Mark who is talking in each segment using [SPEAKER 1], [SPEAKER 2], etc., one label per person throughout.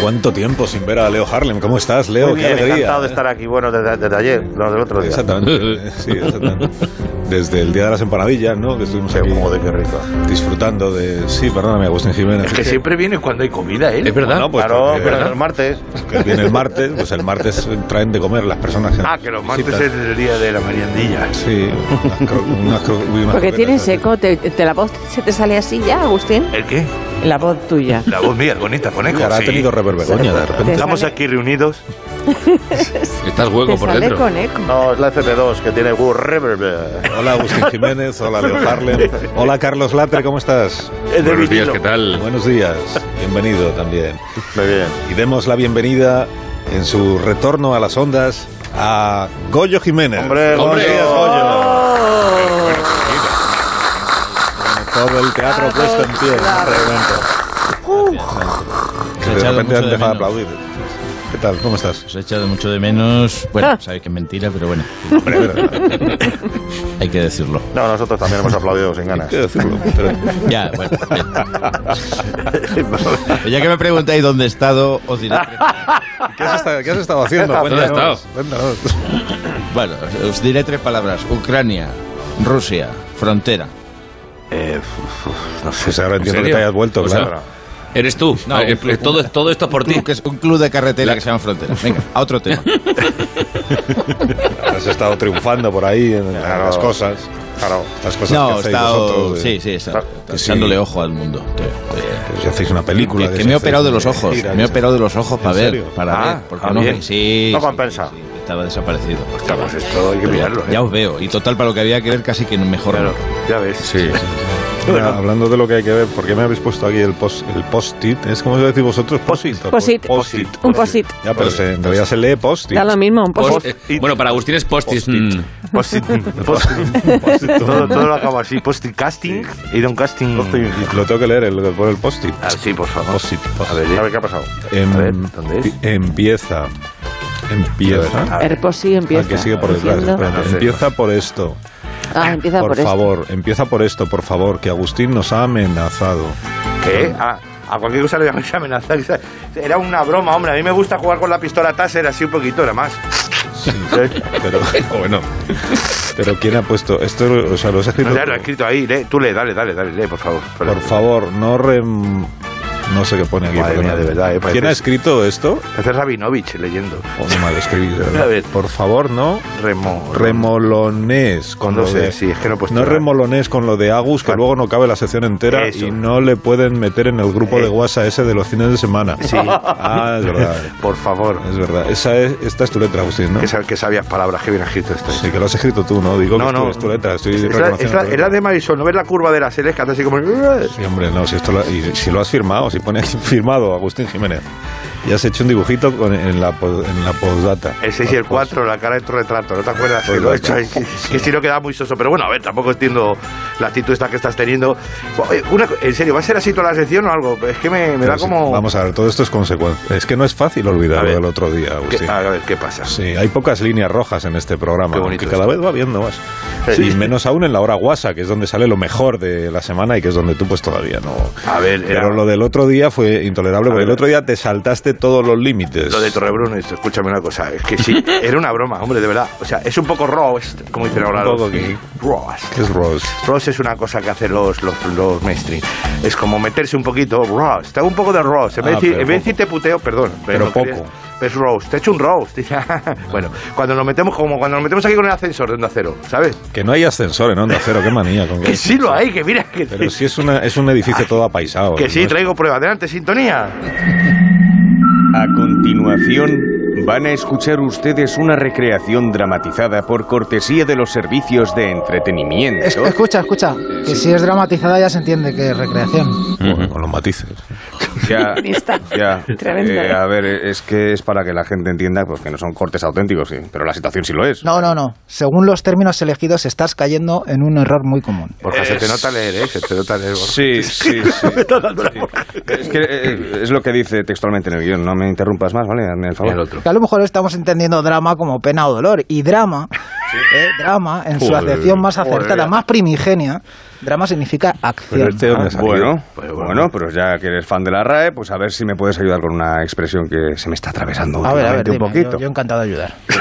[SPEAKER 1] ¿Cuánto tiempo sin ver a Leo Harlem? ¿Cómo estás, Leo?
[SPEAKER 2] Muy bien, encantado de ¿eh? estar aquí. Bueno, desde, desde ayer, no, del otro día.
[SPEAKER 1] Exactamente, sí, exactamente. Desde el día de las empanadillas, ¿no? Que estuvimos
[SPEAKER 2] Qué
[SPEAKER 1] aquí
[SPEAKER 2] de qué rico.
[SPEAKER 1] disfrutando de. Sí, perdóname, Agustín Jiménez.
[SPEAKER 3] Es que siempre viene cuando hay comida, ¿eh?
[SPEAKER 4] Es verdad.
[SPEAKER 1] Bueno, pues
[SPEAKER 2] claro,
[SPEAKER 1] porque-
[SPEAKER 2] pero los martes.
[SPEAKER 1] que viene el martes, pues el martes traen de comer las personas. que
[SPEAKER 3] Ah,
[SPEAKER 1] nos
[SPEAKER 3] que los martes
[SPEAKER 1] visitan.
[SPEAKER 3] es el día de la mariandilla.
[SPEAKER 1] Sí, unas cro- unas cro- uy, unas
[SPEAKER 5] Porque
[SPEAKER 1] croquetas.
[SPEAKER 5] tienes seco, te, te- la voz se te sale así ya, Agustín.
[SPEAKER 3] ¿El qué?
[SPEAKER 5] La voz tuya.
[SPEAKER 3] La voz mía es bonita, conejo.
[SPEAKER 1] Uy, Ahora ha
[SPEAKER 3] sí.
[SPEAKER 1] tenido reverbegoña de repente.
[SPEAKER 5] Te
[SPEAKER 2] Estamos
[SPEAKER 5] sale-
[SPEAKER 2] aquí reunidos.
[SPEAKER 4] Estás
[SPEAKER 5] Te
[SPEAKER 4] hueco por
[SPEAKER 5] sale
[SPEAKER 4] dentro.
[SPEAKER 5] con eco.
[SPEAKER 2] No, es la FP2 que tiene Good Reverb.
[SPEAKER 1] Hola, Agustín Jiménez. Hola, Leo Harlem. Hola, Carlos Latre, ¿cómo estás?
[SPEAKER 2] Es de
[SPEAKER 4] Buenos días,
[SPEAKER 2] vinilo.
[SPEAKER 4] ¿qué tal?
[SPEAKER 1] Buenos días. Bienvenido también.
[SPEAKER 2] Muy bien.
[SPEAKER 1] Y demos la bienvenida en su retorno a las ondas a Goyo Jiménez.
[SPEAKER 2] Hombre,
[SPEAKER 4] Hombre.
[SPEAKER 2] Goyo.
[SPEAKER 1] Todo el teatro puesto en pie.
[SPEAKER 6] Se ha
[SPEAKER 1] De
[SPEAKER 6] echado mucho
[SPEAKER 1] repente han
[SPEAKER 6] de
[SPEAKER 1] dejado de
[SPEAKER 6] menos.
[SPEAKER 1] aplaudir. ¿Qué tal? ¿Cómo estás?
[SPEAKER 6] Os he echado mucho de menos. Bueno, sabéis que es mentira, pero bueno,
[SPEAKER 1] Hombre, verdad.
[SPEAKER 6] hay que decirlo.
[SPEAKER 2] No, nosotros también hemos aplaudido sin ganas.
[SPEAKER 1] Quiero decirlo, pero-
[SPEAKER 6] Ya, bueno. Pues ya. Ya que me preguntáis dónde he estado, os diré. tres
[SPEAKER 1] ¿Qué has estado, qué has estado haciendo?
[SPEAKER 4] ¿Dónde has
[SPEAKER 1] Cuéntanos, cuéntanos.
[SPEAKER 6] Bueno, os diré tres palabras: Ucrania, Rusia, frontera.
[SPEAKER 1] No sé, pues ahora entiendo
[SPEAKER 4] ¿En
[SPEAKER 1] que
[SPEAKER 4] serio?
[SPEAKER 1] te hayas vuelto,
[SPEAKER 4] O sea,
[SPEAKER 1] claro.
[SPEAKER 4] Eres tú.
[SPEAKER 6] No,
[SPEAKER 4] Eh,
[SPEAKER 6] un-
[SPEAKER 4] todo, todo esto por ti.
[SPEAKER 6] Club que es un club de carretera que se llama Frontera. Venga, a otro tema.
[SPEAKER 1] Has estado triunfando por ahí en, en
[SPEAKER 2] Claro.
[SPEAKER 1] las cosas.
[SPEAKER 2] Claro.
[SPEAKER 1] Las cosas que
[SPEAKER 6] No, he
[SPEAKER 1] hacéis
[SPEAKER 6] estado.
[SPEAKER 1] vosotros,
[SPEAKER 6] Sí,
[SPEAKER 1] de- Ah,
[SPEAKER 6] sí, he estado-
[SPEAKER 1] que sí.
[SPEAKER 6] Dándole ojo al mundo. Estoy- estoy-
[SPEAKER 1] que Si hacéis una película.
[SPEAKER 6] Que,
[SPEAKER 1] si
[SPEAKER 6] me he
[SPEAKER 1] hacéis
[SPEAKER 6] operado de los
[SPEAKER 1] una
[SPEAKER 6] ojos.
[SPEAKER 1] gira,
[SPEAKER 6] me he
[SPEAKER 1] que si-
[SPEAKER 6] operado de los ojos
[SPEAKER 1] ¿En
[SPEAKER 6] para ver.
[SPEAKER 1] serio?
[SPEAKER 6] Para
[SPEAKER 3] Ah,
[SPEAKER 6] ver.
[SPEAKER 3] ah,
[SPEAKER 6] Porque no,
[SPEAKER 3] bien.
[SPEAKER 6] me- sí,
[SPEAKER 2] No
[SPEAKER 6] sí,
[SPEAKER 2] compensa.
[SPEAKER 6] sí, sí, estaba desaparecido.
[SPEAKER 3] Estamos, esto hay que mirarlo. ¿eh?
[SPEAKER 6] Ya os veo. Y total, para lo que había que ver, casi que mejor.
[SPEAKER 3] Claro, ya ves.
[SPEAKER 4] Sí.
[SPEAKER 1] Mira, hablando de lo que hay que ver, ¿por qué me habéis puesto aquí el post el post-it? ¿Es como decís vosotros? Post-it. o
[SPEAKER 5] Post-it.
[SPEAKER 1] Post-it.
[SPEAKER 5] Un posit.
[SPEAKER 1] Ya,
[SPEAKER 3] Pues,
[SPEAKER 1] pero se- en realidad se lee post-it.
[SPEAKER 5] Da lo mismo, un
[SPEAKER 4] Post-
[SPEAKER 5] posit.
[SPEAKER 4] eh, bueno, para Agustín es postis. Mm.
[SPEAKER 2] Post-it. Post-it. Todo, todo lo acabo así. Post-it casting. He ido a un casting.
[SPEAKER 1] Lo tengo que leer, el que pone el post-it.
[SPEAKER 3] Ah, sí, por favor.
[SPEAKER 1] Post-it.
[SPEAKER 3] A ver,
[SPEAKER 2] A
[SPEAKER 3] ya.
[SPEAKER 2] ver qué ha pasado.
[SPEAKER 1] Em,
[SPEAKER 3] ver, ¿dónde es?
[SPEAKER 1] Empieza. Empieza.
[SPEAKER 5] El posit
[SPEAKER 1] Ah,
[SPEAKER 5] empieza.
[SPEAKER 1] que sigue por detrás.
[SPEAKER 5] diciendo-
[SPEAKER 1] espérate.
[SPEAKER 3] No sé.
[SPEAKER 1] Empieza por esto.
[SPEAKER 5] Ah, empieza por,
[SPEAKER 1] Por
[SPEAKER 5] esto.
[SPEAKER 1] favor, empieza por esto, por favor, que Agustín nos ha amenazado.
[SPEAKER 2] ¿Qué? A, a cualquier cosa le vais a amenazar. Era una broma, hombre. A mí me gusta jugar con la pistola Taser así un poquito, nada más.
[SPEAKER 1] Pero bueno, pero ¿quién ha puesto esto? O sea, lo has escrito.
[SPEAKER 2] No, ya lo he escrito ahí. Lee. Tú lee, dale, dale, dale, lee, por favor.
[SPEAKER 1] Por favor, no rem... No sé qué pone aquí.
[SPEAKER 2] Madre
[SPEAKER 1] perdón.
[SPEAKER 2] mía, de verdad, eh, parece-
[SPEAKER 1] ¿Quién ha escrito esto?
[SPEAKER 2] Ese es Rabinovich leyendo.
[SPEAKER 1] Oh, no mal escribido.
[SPEAKER 2] A ver.
[SPEAKER 1] Por favor, no
[SPEAKER 2] Remo.
[SPEAKER 1] remolones con
[SPEAKER 2] No
[SPEAKER 1] lo
[SPEAKER 2] sé,
[SPEAKER 1] de...
[SPEAKER 2] sí, es que no he puesto
[SPEAKER 1] no
[SPEAKER 2] nada.
[SPEAKER 1] remolones con lo de Agus, que
[SPEAKER 2] Claro.
[SPEAKER 1] luego no cabe la sección entera
[SPEAKER 2] Eso.
[SPEAKER 1] y no le pueden meter en el grupo de
[SPEAKER 2] Eh.
[SPEAKER 1] WhatsApp ese de los fines de semana.
[SPEAKER 2] Sí.
[SPEAKER 1] Ah, es verdad.
[SPEAKER 2] Por favor.
[SPEAKER 1] Es verdad. Esa es, esta es tu letra, Agustín, ¿no?
[SPEAKER 2] Que, sab- que sabias palabras que bien escrito esto.
[SPEAKER 1] Sí, que lo has escrito tú, ¿no? Digo que
[SPEAKER 2] No,
[SPEAKER 1] es,
[SPEAKER 2] no.
[SPEAKER 1] tu, es tu letra. Estoy
[SPEAKER 2] Es la- es
[SPEAKER 1] reconociendo
[SPEAKER 2] la,
[SPEAKER 1] tu
[SPEAKER 2] es la
[SPEAKER 1] letra.
[SPEAKER 2] de Marisol, ¿no ves la curva de las Ls que hace así como...
[SPEAKER 1] Sí, hombre, no, si, esto lo, y si lo has firmado, si pone aquí firmado Agustín Jiménez. Y has hecho un dibujito con- en, la, po- en la postdata.
[SPEAKER 2] El 6 y el 4, la cara de tu retrato, ¿no te acuerdas?
[SPEAKER 1] Pues
[SPEAKER 2] Que lo he hecho
[SPEAKER 1] vaya.
[SPEAKER 2] ahí, que si no queda muy soso. Pero bueno, a ver, tampoco entiendo la actitud esta que estás teniendo. Oye, una co- en serio, ¿va a ser así toda la sección o algo? Es que me, me da
[SPEAKER 1] Pero sí,
[SPEAKER 2] como...
[SPEAKER 1] pues, Vamos a ver, todo esto es consecuencia. Es que no es fácil
[SPEAKER 2] A
[SPEAKER 1] olvidar lo
[SPEAKER 2] ver.
[SPEAKER 1] del otro día,
[SPEAKER 2] que-
[SPEAKER 1] Agustín.
[SPEAKER 2] a ver, ¿qué pasa?
[SPEAKER 1] Sí, hay pocas líneas rojas en este programa,
[SPEAKER 2] Qué bonito
[SPEAKER 1] que cada
[SPEAKER 2] esto.
[SPEAKER 1] vez va viendo más.
[SPEAKER 2] Sí.
[SPEAKER 1] Y menos aún en la hora guasa, que es donde sale lo mejor de la semana y que es donde tú pues todavía no...
[SPEAKER 2] A ver, era-
[SPEAKER 1] Pero lo del otro día fue intolerable,
[SPEAKER 2] A
[SPEAKER 1] porque el
[SPEAKER 2] ver.
[SPEAKER 1] otro día te saltaste todos los límites.
[SPEAKER 2] Lo de Torrebrunes, escúchame una cosa, es que sí, era una broma, hombre, de verdad. O sea, es un poco roast, como dicen ahora
[SPEAKER 1] Un
[SPEAKER 2] los-
[SPEAKER 1] poco que-
[SPEAKER 2] Roast.
[SPEAKER 1] ¿Qué es Ross?
[SPEAKER 2] Roast es una cosa que hacen los, los, los mainstream. Es como meterse un poquito, roast, te hago un poco de roast. En vez,
[SPEAKER 1] Ah,
[SPEAKER 2] de, decir,
[SPEAKER 1] pero
[SPEAKER 2] en vez de decir te puteo, perdón.
[SPEAKER 1] Pero
[SPEAKER 2] no quería-
[SPEAKER 1] poco.
[SPEAKER 2] Es roast, te he hecho un roast. bueno, cuando nos metemos, como cuando nos metemos aquí con el ascensor de onda cero, ¿sabes?
[SPEAKER 1] Que no hay ascensor en Onda Cero, qué manía. Con
[SPEAKER 2] Que sí lo hay, que mira, que,
[SPEAKER 1] Pero sí es, una, es un edificio todo apaisado.
[SPEAKER 2] que
[SPEAKER 1] ¿no?
[SPEAKER 2] sí, traigo prueba. Adelante, sintonía.
[SPEAKER 7] A continuación, van a escuchar ustedes una recreación dramatizada por cortesía de los servicios de entretenimiento.
[SPEAKER 8] Es- escucha, escucha. Que si es dramatizada ya se entiende que es recreación.
[SPEAKER 1] Bueno, con los matices.
[SPEAKER 7] Ya,
[SPEAKER 5] Está
[SPEAKER 7] ya.
[SPEAKER 5] tremendo.
[SPEAKER 7] Eh, a ver, es que es para que la gente entienda pues, que no son cortes auténticos, sí, pero la situación sí lo es.
[SPEAKER 8] No, no, no. Según los términos elegidos estás cayendo en un error muy común.
[SPEAKER 2] Porque se te nota leer, ¿eh? Se te nota leer. Borja.
[SPEAKER 7] Sí, sí, sí. Sí. Es que eh, es lo que dice textualmente en el guión. No me interrumpas más, ¿vale? Hazme el favor.
[SPEAKER 2] El otro.
[SPEAKER 8] Que a lo mejor estamos entendiendo drama como pena o dolor. Y drama eh, drama, en su
[SPEAKER 1] Joder,
[SPEAKER 8] acepción más acertada,
[SPEAKER 2] joder.
[SPEAKER 8] más primigenia, drama significa
[SPEAKER 1] Pero
[SPEAKER 8] acción.
[SPEAKER 1] este dónde ha salido?
[SPEAKER 7] Ah, Bueno,
[SPEAKER 2] Pues bueno.
[SPEAKER 7] bueno, pero ya que eres fan de la RAE, pues a ver si me puedes ayudar con una expresión que se me está atravesando
[SPEAKER 8] a ver, a ver,
[SPEAKER 7] últimamente
[SPEAKER 8] dime,
[SPEAKER 7] un poquito.
[SPEAKER 8] Yo, yo encantado de ayudar.
[SPEAKER 7] Pues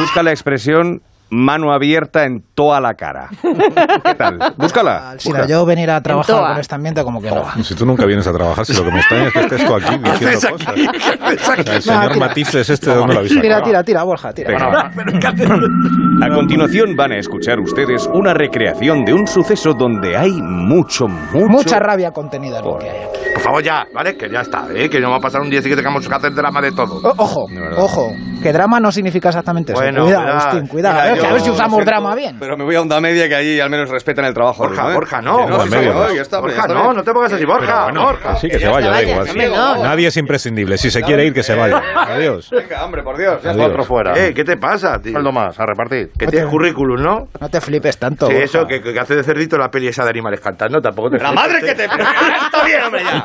[SPEAKER 7] Busca la expresión mano abierta en toda la cara. ¿Qué tal? Búscala.
[SPEAKER 8] Al Sina, yo venir a trabajar
[SPEAKER 5] toa.
[SPEAKER 8] con este ambiente como que no.
[SPEAKER 1] Si tú nunca vienes a trabajar, si lo que me extraña es que estés tú aquí diciendo cosas. O sea, el
[SPEAKER 8] No,
[SPEAKER 1] señor
[SPEAKER 8] tira.
[SPEAKER 1] Matices este, ¿de dónde lo habéis
[SPEAKER 8] Tira,
[SPEAKER 1] sacado?
[SPEAKER 8] tira, tira, Borja, tira.
[SPEAKER 7] Venga. A continuación van a escuchar ustedes una recreación de un suceso donde hay mucho, mucho...
[SPEAKER 8] Mucha rabia contenida en lo que hay aquí.
[SPEAKER 2] Por favor, ya, ¿vale? Que ya está, ¿eh? Que no va a pasar un día sin que tengamos que hacer drama de todo.
[SPEAKER 8] O- ojo, ojo, que drama no significa exactamente eso.
[SPEAKER 2] Bueno,
[SPEAKER 8] cuidado,
[SPEAKER 2] cuidado.
[SPEAKER 8] Agustín, cuidado.
[SPEAKER 7] Mira,
[SPEAKER 8] a, ver, que a
[SPEAKER 7] yo
[SPEAKER 8] ver si usamos
[SPEAKER 7] siento,
[SPEAKER 8] drama bien.
[SPEAKER 7] Pero me voy a onda media que allí al menos respetan el trabajo. de
[SPEAKER 2] Borja,
[SPEAKER 7] uno, ¿eh?
[SPEAKER 2] Borja, no.
[SPEAKER 7] Que no,
[SPEAKER 1] Borja,
[SPEAKER 7] sí,
[SPEAKER 1] no,
[SPEAKER 7] no, ya está,
[SPEAKER 2] Borja,
[SPEAKER 7] ya está
[SPEAKER 2] no,
[SPEAKER 7] bien.
[SPEAKER 2] no te pongas así, Borja, Borja.
[SPEAKER 1] Sí, que se vaya, da
[SPEAKER 5] vaya,
[SPEAKER 1] igual.
[SPEAKER 5] que me no.
[SPEAKER 1] Nadie es imprescindible. Si se quiere ir, que se vaya. Adiós.
[SPEAKER 7] Venga, hombre, por Dios. ya está.
[SPEAKER 1] Adiós.
[SPEAKER 3] fuera.
[SPEAKER 2] Eh, ¿qué te pasa, tío?
[SPEAKER 3] Saldo más, a repartir.
[SPEAKER 2] Que tienes currículum, ¿no?
[SPEAKER 8] No te flipes tanto.
[SPEAKER 2] Sí,
[SPEAKER 8] Borja.
[SPEAKER 2] eso, que, que hace de cerdito la peli esa de animales cantando, tampoco te... ¡La madre que te... ¡Ah, ¡Está bien, hombre, ya!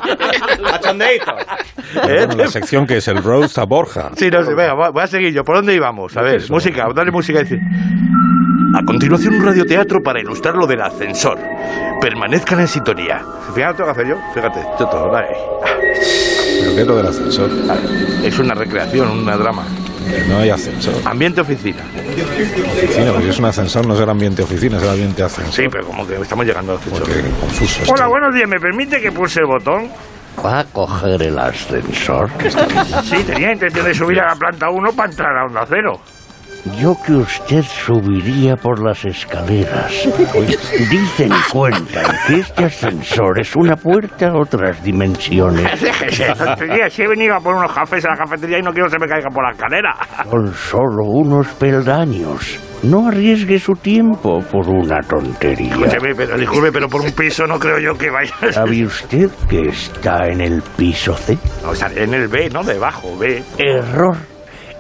[SPEAKER 2] ¡Cachondeito!
[SPEAKER 1] Bueno, la sección que es el roast a Borja.
[SPEAKER 2] Eh, Sí, no sé, venga, va- voy a seguir yo. ¿Por dónde íbamos? A ver, música, dale música y dice. A continuación, un radioteatro para ilustrar lo del ascensor. Permanezcan en sintonía. Fíjate, lo tengo que hacer yo. Fíjate, yo todo, dale.
[SPEAKER 1] Pero que es lo del ascensor.
[SPEAKER 2] Dale. Es una recreación, una drama.
[SPEAKER 1] No hay ascensor.
[SPEAKER 2] Ambiente oficina.
[SPEAKER 1] Oficina, porque si es un ascensor, no será ambiente oficina, será ambiente ascensor.
[SPEAKER 2] Sí, pero como que estamos llegando al ascensor.
[SPEAKER 1] Porque confuso.
[SPEAKER 3] Hola,
[SPEAKER 1] estoy.
[SPEAKER 3] buenos días. ¿Me permite que pulse el botón?
[SPEAKER 9] ¿Va a coger el ascensor?
[SPEAKER 3] Sí, tenía intención de subir a la planta 1 para entrar a onda 0.
[SPEAKER 9] Yo que usted subiría por las escaleras. Pues Dicen, cuentan que este ascensor es una puerta a otras dimensiones.
[SPEAKER 3] Déjese, tontería. Si he venido a poner unos cafés a la cafetería y no quiero que se me caiga por la escalera.
[SPEAKER 9] Son solo unos peldaños. No arriesgue su tiempo por una tontería.
[SPEAKER 3] Escúcheme, pero disculpe, pero por un piso no creo yo que vaya.
[SPEAKER 9] ¿Sabe usted que está en el piso C?
[SPEAKER 2] O sea, en el B, ¿no? Debajo, B.
[SPEAKER 9] Error.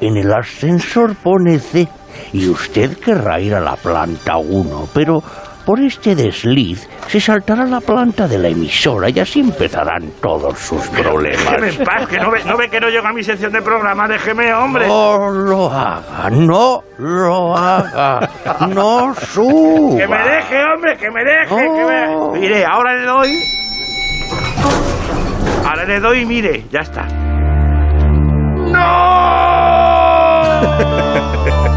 [SPEAKER 9] En el ascensor pone C y usted querrá ir a la planta 1, pero por este desliz se saltará la planta de la emisora y así empezarán todos sus
[SPEAKER 3] Déjeme
[SPEAKER 9] problemas.
[SPEAKER 3] en paz, que no ve, no ve que no llego a mi sección de programa. Déjeme, hombre.
[SPEAKER 9] No lo haga, no lo haga, no suba.
[SPEAKER 3] Que me deje, hombre, que me deje. Que
[SPEAKER 9] No.
[SPEAKER 3] me... Mire, ahora le doy. Ahora le doy, mire, ya está.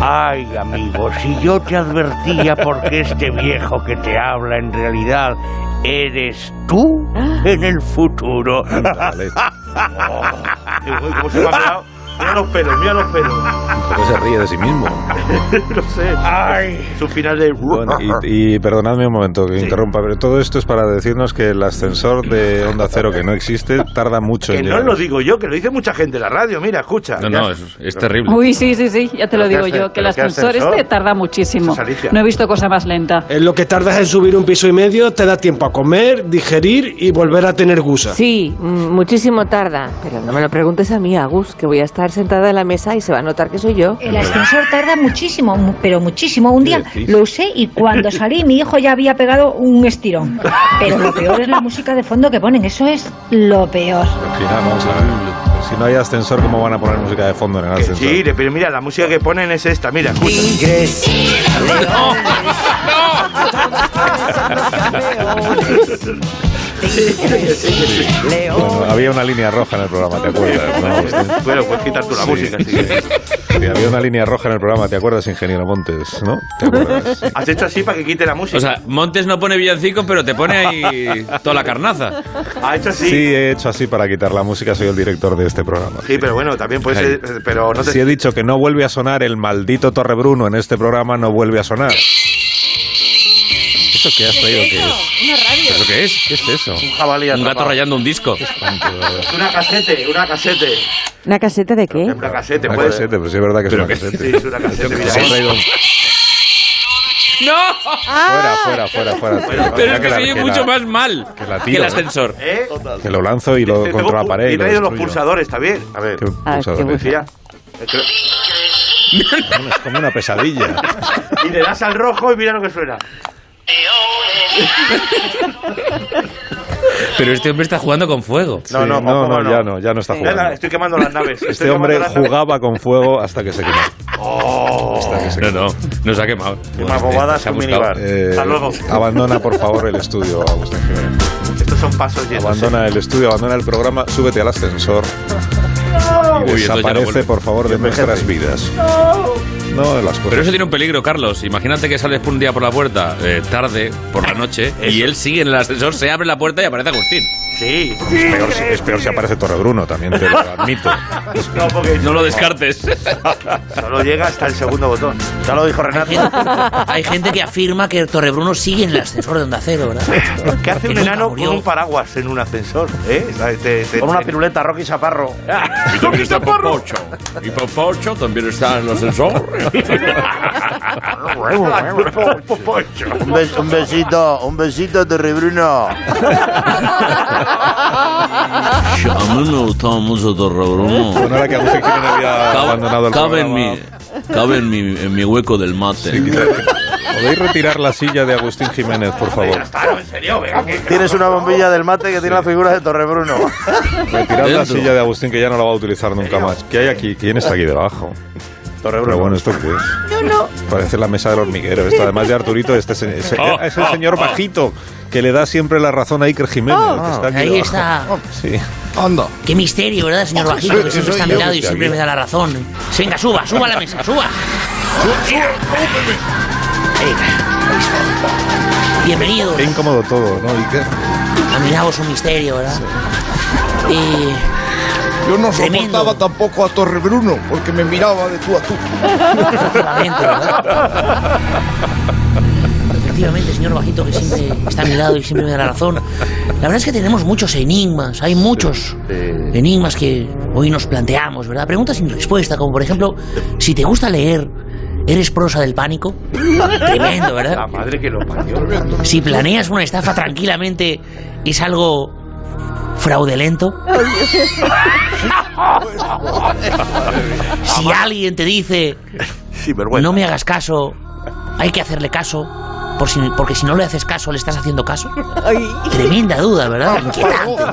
[SPEAKER 9] Ay, amigo, si yo te advertía porque este viejo que te habla en realidad eres tú en el futuro.
[SPEAKER 1] Dale,
[SPEAKER 2] Uy, ¿Cómo se me ha pegado? Mira los pelos, mira los pelos.
[SPEAKER 1] pues se ríe de sí mismo.
[SPEAKER 2] No sé.
[SPEAKER 9] Ay.
[SPEAKER 2] Su final de.
[SPEAKER 1] Bueno, y, y perdonadme un momento que interrumpa, pero todo esto es para decirnos que el ascensor de onda cero que no existe tarda mucho
[SPEAKER 2] Que
[SPEAKER 1] en
[SPEAKER 2] no
[SPEAKER 1] llegar.
[SPEAKER 2] lo digo yo, que lo dice mucha gente en la radio. Mira, escucha.
[SPEAKER 4] No,
[SPEAKER 2] Ya
[SPEAKER 4] no,
[SPEAKER 2] está.
[SPEAKER 4] es, es terrible.
[SPEAKER 10] Uy, sí, sí, sí, ya te
[SPEAKER 2] ¿Pero
[SPEAKER 10] lo
[SPEAKER 2] qué
[SPEAKER 10] digo
[SPEAKER 2] hace-
[SPEAKER 10] yo, que el
[SPEAKER 2] pero qué
[SPEAKER 10] ascensor
[SPEAKER 2] ascensor?
[SPEAKER 10] este tarda muchísimo.
[SPEAKER 2] Eso es Alicia.
[SPEAKER 10] No he visto cosa más lenta.
[SPEAKER 7] Eh,
[SPEAKER 11] En lo que tardas en subir un piso y medio, te da tiempo a comer, digerir y volver a tener gusa.
[SPEAKER 5] Sí, mm, muchísimo tarda. Pero no me lo preguntes a mí, Agus, que voy a estar sentada en la mesa y se va a notar que soy yo.
[SPEAKER 10] El ascensor tarda muchísimo, mu- pero muchísimo. Un día lo usé y cuando salí mi hijo ya había pegado un estirón. Pero lo peor es la música de fondo que ponen, eso es lo peor.
[SPEAKER 1] Al final, vamos a ver. Si no hay ascensor, ¿cómo van a poner música de fondo en el
[SPEAKER 2] Que
[SPEAKER 1] ascensor?
[SPEAKER 2] Sí, le- pero mira, la música que ponen es esta. Mira, escucha.
[SPEAKER 1] Bueno, había una línea roja en el programa, ¿te acuerdas? no, Agustín?
[SPEAKER 2] Bueno, puedes quitar tú la
[SPEAKER 1] Sí.
[SPEAKER 2] música. así que-
[SPEAKER 1] Sí, había una línea roja en el programa, ¿te acuerdas, ingeniero Montes? ¿No? ¿Te acuerdas?
[SPEAKER 2] Has hecho así para que quite la música.
[SPEAKER 4] O sea, Montes no pone villancicos, pero te pone ahí toda la carnaza.
[SPEAKER 2] ha hecho así.
[SPEAKER 1] Sí,
[SPEAKER 2] Sí.
[SPEAKER 1] he hecho así para quitar la música, soy el director de este programa.
[SPEAKER 2] pero bueno, también puede
[SPEAKER 1] Ahí.
[SPEAKER 2] ser. Pero no te.
[SPEAKER 1] Si he dicho que no vuelve a sonar el maldito Torrebruno en este programa, no vuelve a sonar. ¿Eso qué has traído? ¿Qué es?
[SPEAKER 10] Una radio.
[SPEAKER 4] ¿Eso qué es?
[SPEAKER 1] ¿Qué es eso?
[SPEAKER 2] jabalí
[SPEAKER 4] Un gato
[SPEAKER 2] atrapado.
[SPEAKER 4] rayando un disco.
[SPEAKER 2] Una casete, una casete.
[SPEAKER 5] ¿Una caseta de qué?
[SPEAKER 2] Una casete,
[SPEAKER 1] Una
[SPEAKER 2] puede
[SPEAKER 1] casete,
[SPEAKER 2] ser.
[SPEAKER 1] pero sí es verdad que es una
[SPEAKER 2] Sí,
[SPEAKER 1] casete.
[SPEAKER 2] es una casete. Mira,
[SPEAKER 1] Se ha traído-
[SPEAKER 4] ¡No!
[SPEAKER 1] Fuera, fuera, fuera, fuera.
[SPEAKER 4] Pero
[SPEAKER 1] Mira
[SPEAKER 4] es que se
[SPEAKER 1] la-
[SPEAKER 4] oye
[SPEAKER 1] la-
[SPEAKER 4] mucho más mal
[SPEAKER 1] que la
[SPEAKER 4] que el
[SPEAKER 1] tiro.
[SPEAKER 4] ascensor.
[SPEAKER 2] ¿eh?
[SPEAKER 1] Que lo lanzo y lo
[SPEAKER 2] Tengo
[SPEAKER 1] contra la
[SPEAKER 2] pu-
[SPEAKER 1] pared. y
[SPEAKER 2] Y
[SPEAKER 1] lo
[SPEAKER 2] traído los
[SPEAKER 1] destruyo.
[SPEAKER 2] pulsadores también. A ver,
[SPEAKER 1] Qué
[SPEAKER 5] Ah, qué
[SPEAKER 1] pulsadores.
[SPEAKER 2] sí, ya. Eh,
[SPEAKER 1] Es como una pesadilla.
[SPEAKER 2] Y le das al rojo y mira lo que suena.
[SPEAKER 4] Pero este hombre está jugando con fuego.
[SPEAKER 1] Sí, no, no,
[SPEAKER 2] poco
[SPEAKER 1] ya no, ya no está
[SPEAKER 2] Ya la-
[SPEAKER 1] jugando.
[SPEAKER 2] Estoy quemando las naves. estoy
[SPEAKER 1] Este
[SPEAKER 2] quemando
[SPEAKER 1] hombre
[SPEAKER 2] las naves.
[SPEAKER 1] jugaba con fuego hasta que se quemó.
[SPEAKER 4] No, no, nos ha quemado.
[SPEAKER 2] más bobadas que un minibar.
[SPEAKER 1] Eh,
[SPEAKER 2] Hasta luego.
[SPEAKER 1] Abandona, por favor, el estudio, Agustín Jiménez.
[SPEAKER 2] Estos son pasos llenos.
[SPEAKER 1] Abandona el estudio, abandona el programa, súbete al ascensor y
[SPEAKER 4] Uy, entonces ya no
[SPEAKER 1] desaparece,
[SPEAKER 4] vuelve.
[SPEAKER 1] por favor, de nuestras vidas. No de las
[SPEAKER 4] Pero
[SPEAKER 1] cosas.
[SPEAKER 4] eso tiene un peligro, Carlos. Imagínate que sales por un día por la puerta, eh, tarde, por la noche, y él sigue en el ascensor, se abre la puerta y aparece Agustín.
[SPEAKER 2] Sí.
[SPEAKER 1] Es peor, si- es peor si aparece Torre Bruno, también te lo admito.
[SPEAKER 2] No, porque
[SPEAKER 4] No lo descartes.
[SPEAKER 2] Solo llega hasta el segundo botón. Ya lo dijo Renato.
[SPEAKER 12] Hay gente que afirma que Torrebruno sigue en el ascensor de Onda Cero, ¿verdad?
[SPEAKER 2] ¿Qué hace un
[SPEAKER 12] nunca
[SPEAKER 2] enano con
[SPEAKER 12] murió.
[SPEAKER 2] un paraguas en un ascensor? ¿Eh?
[SPEAKER 12] Con una
[SPEAKER 2] piruleta, Rocky Chaparro.
[SPEAKER 4] Y también está Popocho. Y Popocho también está en el ascensor.
[SPEAKER 13] Un, bes- un besito, un besito, Torre Bruno.
[SPEAKER 14] A mí me gustaba mucho Torrebruno.
[SPEAKER 1] Bueno, ahora que Agustín Jiménez había abandonado el
[SPEAKER 14] cabe en
[SPEAKER 1] programa.
[SPEAKER 14] mi, cabe en mi, en mi hueco del mate.
[SPEAKER 1] ¿Podéis retirar la silla de Agustín Jiménez, por favor?
[SPEAKER 13] Tienes una bombilla del mate que tiene la figura de Torre Bruno.
[SPEAKER 1] Retirad la silla de Agustín, que ya no la va a utilizar nunca más. ¿Qué hay aquí? ¿Quién está aquí debajo? Pero bueno, ¿esto qué es?
[SPEAKER 15] No, no.
[SPEAKER 1] Parece la mesa del hormiguero. Esto, además de Arturito, este es, es-
[SPEAKER 4] Ah,
[SPEAKER 1] es el señor bajito que le da siempre la razón a Iker Jiménez. que está aquí
[SPEAKER 12] Oh, Ahí
[SPEAKER 1] debajo.
[SPEAKER 12] está.
[SPEAKER 1] Sí.
[SPEAKER 12] Hondo. Qué misterio, ¿verdad, señor Bajito?
[SPEAKER 1] Sí,
[SPEAKER 12] Que siempre
[SPEAKER 1] soy
[SPEAKER 12] está a mi
[SPEAKER 1] yo.
[SPEAKER 12] lado y siempre me da la razón. Venga, suba, suba a la mesa, suba. Bienvenido.
[SPEAKER 1] Qué incómodo todo, ¿no, Iker?
[SPEAKER 12] A mi lado es un misterio, ¿verdad? Y...
[SPEAKER 16] Yo no
[SPEAKER 12] Tremendo.
[SPEAKER 16] soportaba tampoco a Torre Bruno porque me miraba de tú a tú.
[SPEAKER 12] Efectivamente, ¿verdad? Efectivamente, señor Bajito, que siempre está a mi lado y siempre me da la razón. La verdad es que tenemos muchos enigmas, hay muchos enigmas que hoy nos planteamos, ¿verdad? Preguntas sin respuesta, como por ejemplo, si te gusta leer, ¿eres prosa del pánico? Tremendo, ¿verdad?
[SPEAKER 2] La madre que lo parió.
[SPEAKER 12] Si planeas una estafa tranquilamente, ¿es algo fraudulento? Si alguien te dice, no me hagas caso, hay que hacerle caso, por si- porque si no le haces caso, le estás haciendo caso. Tremenda duda, ¿verdad? Inquietante.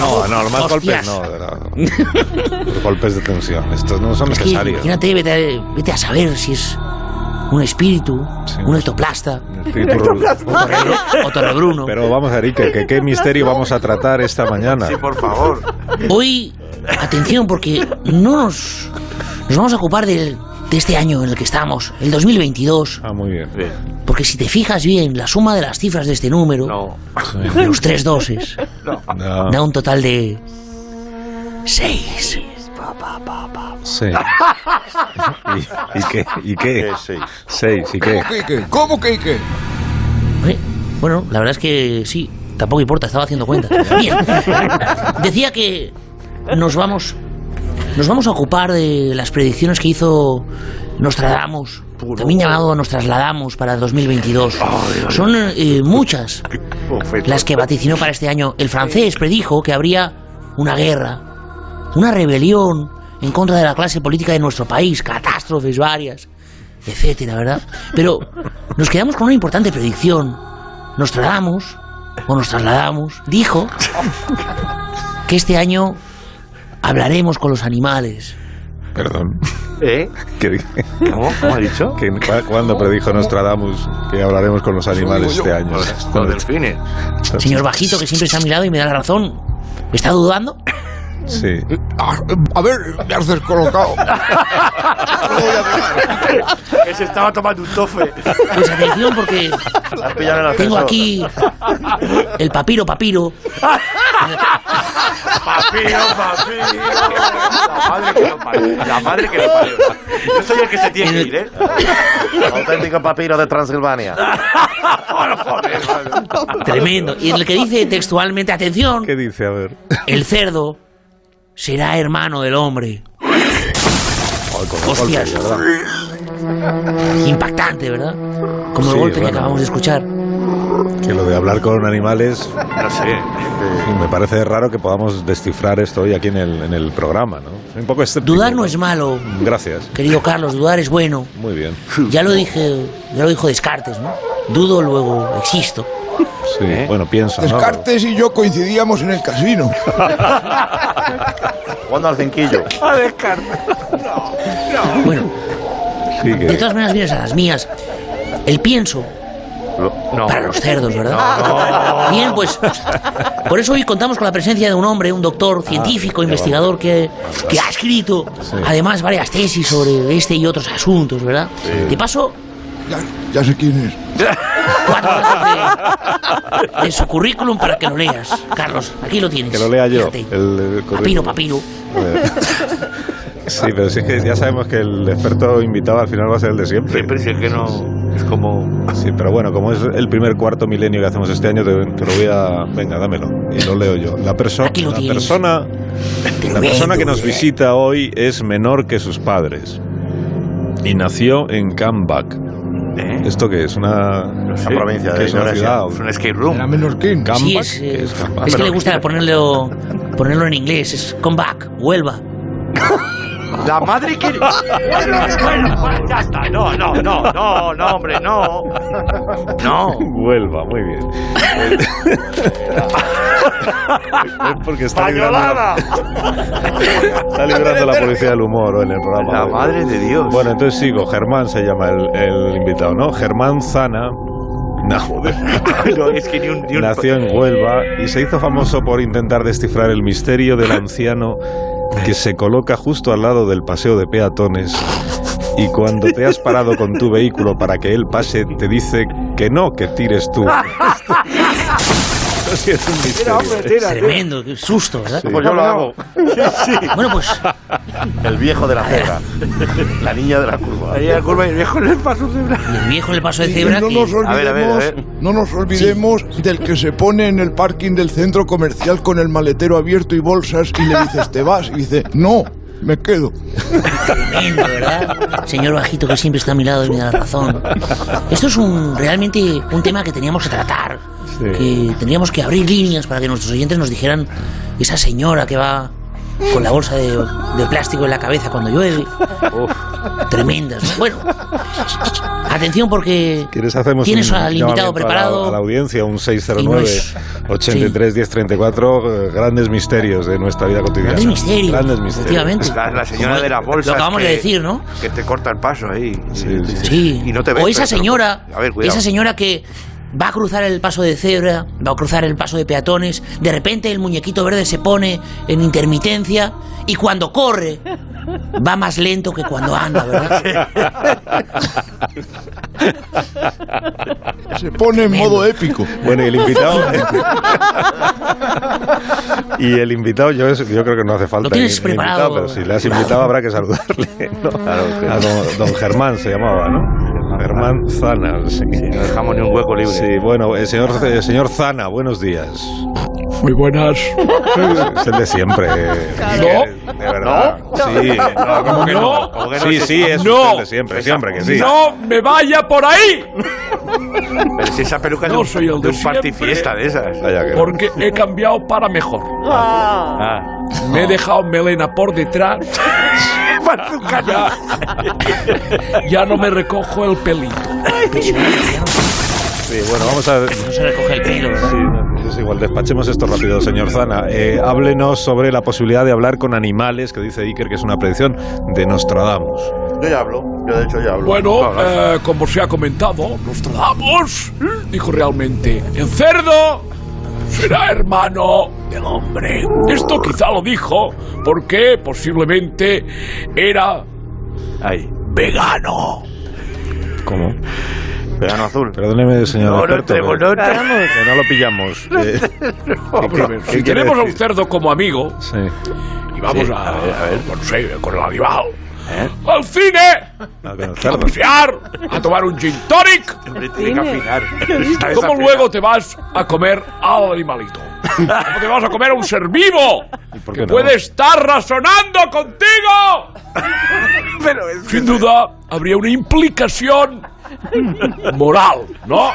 [SPEAKER 1] No, no, los más
[SPEAKER 12] Hostias.
[SPEAKER 1] golpes no, de verdad. Los golpes de tensión, estos no son
[SPEAKER 12] Es que
[SPEAKER 1] necesarios.
[SPEAKER 12] imagínate, vete a, vete a saber si es un espíritu, un ectoplasta,
[SPEAKER 1] espíritu
[SPEAKER 12] o torre- o torrebru-
[SPEAKER 1] Pero vamos a ver, Iker, que qué misterio vamos a tratar esta mañana. Sí,
[SPEAKER 2] por favor.
[SPEAKER 12] Hoy, atención, porque no nos, nos vamos a ocupar del- de este año en el que estamos, el 2022.
[SPEAKER 1] Ah, muy bien.
[SPEAKER 12] Porque si te fijas bien, la suma de las cifras de este número, de los tres doses, da un total de seis.
[SPEAKER 1] Sí. ¿Y, y qué? ¿Y qué? Seis. ¿y qué?
[SPEAKER 16] ¿Cómo que qué? ¿Cómo que qué?
[SPEAKER 12] Eh, Bueno, la verdad es que sí, tampoco importa, estaba haciendo cuentas. Bien. Decía que nos vamos nos vamos a ocupar de las predicciones que hizo Nostradamus, también llamado nos trasladamos para 2022. Son eh, muchas las que vaticinó para este año. El francés predijo que habría una guerra, una rebelión en contra de la clase política de nuestro país, catástrofes varias, etcétera, ¿verdad? Pero nos quedamos con una importante predicción. Nos trasladamos, o nos trasladamos, dijo que este año hablaremos con los animales.
[SPEAKER 1] Perdón.
[SPEAKER 2] ¿Eh?
[SPEAKER 1] ¿Qué,
[SPEAKER 2] ¿Cómo? ha dicho?
[SPEAKER 1] Que, cua- ¿Cuándo predijo Nostradamus que hablaremos con los animales este año? Con
[SPEAKER 2] delfines.
[SPEAKER 12] Señor Bajito, que siempre está a mi lado y me da la razón. ¿Está dudando?
[SPEAKER 1] Sí.
[SPEAKER 16] Ah, eh, A ver, me has descolocado.
[SPEAKER 2] Que se estaba tomando un tofe.
[SPEAKER 12] Pues atención porque tengo aquí el papiro papiro.
[SPEAKER 2] Papío, papío. La madre que lo parió. La madre que lo parió. Yo soy el que se tiene que ir, ¿eh?
[SPEAKER 13] Auténtico papiro de Transilvania.
[SPEAKER 12] Tremendo. Y en el que dice textualmente, atención. ¿Qué
[SPEAKER 1] dice? A ver.
[SPEAKER 12] El cerdo será hermano del hombre. Hostias. Impactante, ¿verdad? Como el
[SPEAKER 1] Sí,
[SPEAKER 12] golpe que
[SPEAKER 1] bueno.
[SPEAKER 12] acabamos de escuchar.
[SPEAKER 1] Que lo de hablar con animales.
[SPEAKER 2] No sé.
[SPEAKER 1] sí, me parece raro que podamos descifrar esto hoy aquí en el, en el programa, ¿no? Soy Un poco escéptico.
[SPEAKER 12] Dudar no es malo,
[SPEAKER 1] Gracias.
[SPEAKER 12] querido Carlos, dudar es bueno.
[SPEAKER 1] Muy bien.
[SPEAKER 12] Ya lo dije, ya lo dijo Descartes, ¿no? dudo, luego existo.
[SPEAKER 1] Sí, bueno, piensa. ¿no?
[SPEAKER 16] Descartes y yo coincidíamos en el casino.
[SPEAKER 13] Jugando al cinquillo.
[SPEAKER 3] A descartar.
[SPEAKER 12] Bueno,
[SPEAKER 1] Sí,
[SPEAKER 12] de todas maneras vienes a las mías. El pienso. Para los cerdos, ¿verdad? Bien, pues por eso hoy contamos con la presencia de un hombre, un doctor,
[SPEAKER 1] Ah,
[SPEAKER 12] científico,
[SPEAKER 15] ya
[SPEAKER 12] investigador que, que ha escrito además varias tesis sobre este y otros asuntos, ¿verdad?
[SPEAKER 16] Sí.
[SPEAKER 12] De paso,
[SPEAKER 16] Ya sé quién es.
[SPEAKER 12] cuatro hojas de, de su currículum para que lo leas. Carlos, aquí lo tienes.
[SPEAKER 1] Que lo lea yo.
[SPEAKER 12] Fíjate.
[SPEAKER 1] El,
[SPEAKER 12] Papiro, papiro.
[SPEAKER 1] Sí, pero sí que ya sabemos que el experto invitado al final va a ser el de siempre. Siempre,
[SPEAKER 2] si es que no. Es como.
[SPEAKER 1] Sí, pero bueno, como es el primer cuarto milenio que hacemos este año, te, te lo voy a. Venga, dámelo. Y lo leo yo. La, perso- la
[SPEAKER 2] tienes.
[SPEAKER 1] persona. La persona que
[SPEAKER 12] eh.
[SPEAKER 1] nos visita hoy es menor que sus padres. Y nació en Cambach.
[SPEAKER 2] ¿eh?
[SPEAKER 1] ¿Esto qué es? Una,
[SPEAKER 13] sé. Una provincia de
[SPEAKER 1] ¿qué es una
[SPEAKER 13] Indonesia.
[SPEAKER 1] ciudad?
[SPEAKER 13] Es
[SPEAKER 2] un escape room.
[SPEAKER 1] Era menorquín.
[SPEAKER 12] Sí,
[SPEAKER 1] Cambach.
[SPEAKER 12] es,
[SPEAKER 1] ¿Qué
[SPEAKER 12] eh,
[SPEAKER 1] es Cambach?
[SPEAKER 12] es que le gusta ponerlo, ponerlo en inglés. Es come back, Huelva.
[SPEAKER 2] La madre que. Bueno, bueno, bueno, ya está. No, no, no, no, no, hombre, no.
[SPEAKER 1] No. Huelva, muy bien. es porque está librando,
[SPEAKER 2] ¡Pañolada!
[SPEAKER 1] está librando la policía del humor en el programa. La madre de Dios. Bueno, entonces sigo. Germán se llama el, el invitado, ¿no? Germán Zana. No, joder.
[SPEAKER 2] No, es que ni un. Ni un
[SPEAKER 1] Nació en Huelva y se hizo famoso por intentar descifrar el misterio del anciano que se coloca justo al lado del paseo de peatones y cuando te has parado con tu vehículo para que él pase te dice que no, que tires tú.
[SPEAKER 12] Ah.
[SPEAKER 1] Sí, es un misterio.
[SPEAKER 12] Tremendo, qué susto, ¿verdad?
[SPEAKER 13] Pues yo lo hago.
[SPEAKER 12] Bueno, pues.
[SPEAKER 13] El viejo de la cebra. La niña de la curva.
[SPEAKER 2] Ahí en la curva y el viejo en el paso de bra-
[SPEAKER 12] Y el viejo en el paso de
[SPEAKER 16] Y
[SPEAKER 12] cebra.
[SPEAKER 16] no
[SPEAKER 12] que-
[SPEAKER 16] nos olvidemos, No nos olvidemos del que se pone en el parking del centro comercial con el maletero abierto y bolsas y le dices, te vas. Y dice, no, me quedo.
[SPEAKER 12] Tremendo, ¿verdad? Señor Bajito, que siempre está a mi lado y me da la razón. Esto es un realmente un tema que teníamos que tratar. Que tendríamos que abrir líneas para que nuestros oyentes nos dijeran esa señora que va con la bolsa de, de plástico en la cabeza cuando llueve. Tremendas. ¿no? Bueno, atención porque
[SPEAKER 1] ¿Quieres hacemos
[SPEAKER 12] tienes
[SPEAKER 1] un
[SPEAKER 12] al invitado
[SPEAKER 1] llamamiento a la-
[SPEAKER 12] preparado.
[SPEAKER 1] A la, audiencia, un
[SPEAKER 12] Y no
[SPEAKER 1] 609
[SPEAKER 12] es-
[SPEAKER 1] 83 1034, eh, grandes misterios de nuestra vida cotidiana.
[SPEAKER 12] Grandes misterios,
[SPEAKER 1] Grandes misterios.
[SPEAKER 12] efectivamente.
[SPEAKER 2] La, la señora de las bolsas.
[SPEAKER 12] Lo acabamos
[SPEAKER 2] que-
[SPEAKER 12] de decir, ¿no?
[SPEAKER 2] Que te corta el paso ahí.
[SPEAKER 1] Sí,
[SPEAKER 2] Y no te
[SPEAKER 12] o
[SPEAKER 2] ves,
[SPEAKER 12] esa
[SPEAKER 2] pero-
[SPEAKER 12] señora,
[SPEAKER 2] A ver, cuidado.
[SPEAKER 12] esa señora que va a cruzar el paso de cebra, va a cruzar el paso de peatones, de repente el muñequito verde se pone en intermitencia y cuando corre va más lento que cuando anda, ¿verdad?
[SPEAKER 16] Se pone en modo épico.
[SPEAKER 1] Bueno, y el invitado. y el invitado, yo, es- yo creo que no hace falta.
[SPEAKER 12] Lo tienes
[SPEAKER 1] ni- ni
[SPEAKER 12] preparado.
[SPEAKER 1] invitado, pero si le has invitado, habrá que saludarle. ¿no? A don, don Germán se llamaba, ¿no? Germán Zana. Sí. No dejamos ni un hueco libre. Sí, bueno, el señor, el señor Zana, buenos días.
[SPEAKER 16] Muy buenas.
[SPEAKER 1] Es el de siempre. No. De verdad. Sí, no, ¿cómo que no?
[SPEAKER 2] No.
[SPEAKER 1] ¿Cómo que Sí, sí, es
[SPEAKER 2] No.
[SPEAKER 1] usted el de siempre, siempre que sí.
[SPEAKER 2] me vaya por ahí! Pero si esa peluca
[SPEAKER 17] No
[SPEAKER 2] es de
[SPEAKER 17] soy el
[SPEAKER 2] un, de
[SPEAKER 17] de
[SPEAKER 2] un party
[SPEAKER 17] siempre.
[SPEAKER 2] fiesta de esas.
[SPEAKER 17] Porque he cambiado para mejor.
[SPEAKER 4] Ah.
[SPEAKER 17] Me he dejado melena por detrás. ya, ya no me recojo el pelito.
[SPEAKER 1] Sí, bueno, vamos a. No
[SPEAKER 12] se recoge el pelo, ¿verdad?
[SPEAKER 1] Sí, no, es igual, despachemos esto rápido, señor Zana. Eh, háblenos sobre la posibilidad de hablar con animales, que dice Iker que es una predicción de Nostradamus.
[SPEAKER 13] Yo ya hablo. Yo de hecho ya hablo.
[SPEAKER 17] Bueno, eh, como se ha comentado, Nostradamus dijo realmente: el cerdo será hermano del hombre. Esto quizá lo dijo porque posiblemente era vegano.
[SPEAKER 1] ¿Cómo?
[SPEAKER 13] Verano azul.
[SPEAKER 1] Perdóneme, señor.
[SPEAKER 13] No, no
[SPEAKER 1] experto,
[SPEAKER 13] tenemos,
[SPEAKER 1] pero-
[SPEAKER 13] no tenemos.
[SPEAKER 1] Que no lo pillamos. Eh,
[SPEAKER 17] Vamos a ver,
[SPEAKER 1] ¿Qué
[SPEAKER 17] si
[SPEAKER 1] quiere
[SPEAKER 17] tenemos a un
[SPEAKER 1] decir?
[SPEAKER 17] cerdo como amigo,
[SPEAKER 1] Sí.
[SPEAKER 17] y vamos
[SPEAKER 1] Sí,
[SPEAKER 17] a,
[SPEAKER 1] a ver, a ver. ¿Eh?
[SPEAKER 17] no sé, con el animal, al cine,
[SPEAKER 1] Ah, con el
[SPEAKER 17] a
[SPEAKER 1] cerdo.
[SPEAKER 17] pasear, a tomar un gin tonic,
[SPEAKER 2] tiene que afinar. Está
[SPEAKER 17] ¿cómo
[SPEAKER 2] desafinado.
[SPEAKER 17] luego te vas a comer al animalito? ¿Cómo te vas a comer a un ser vivo que
[SPEAKER 1] no?
[SPEAKER 17] puede estar razonando contigo? Sin duda, habría una implicación moral, ¿no?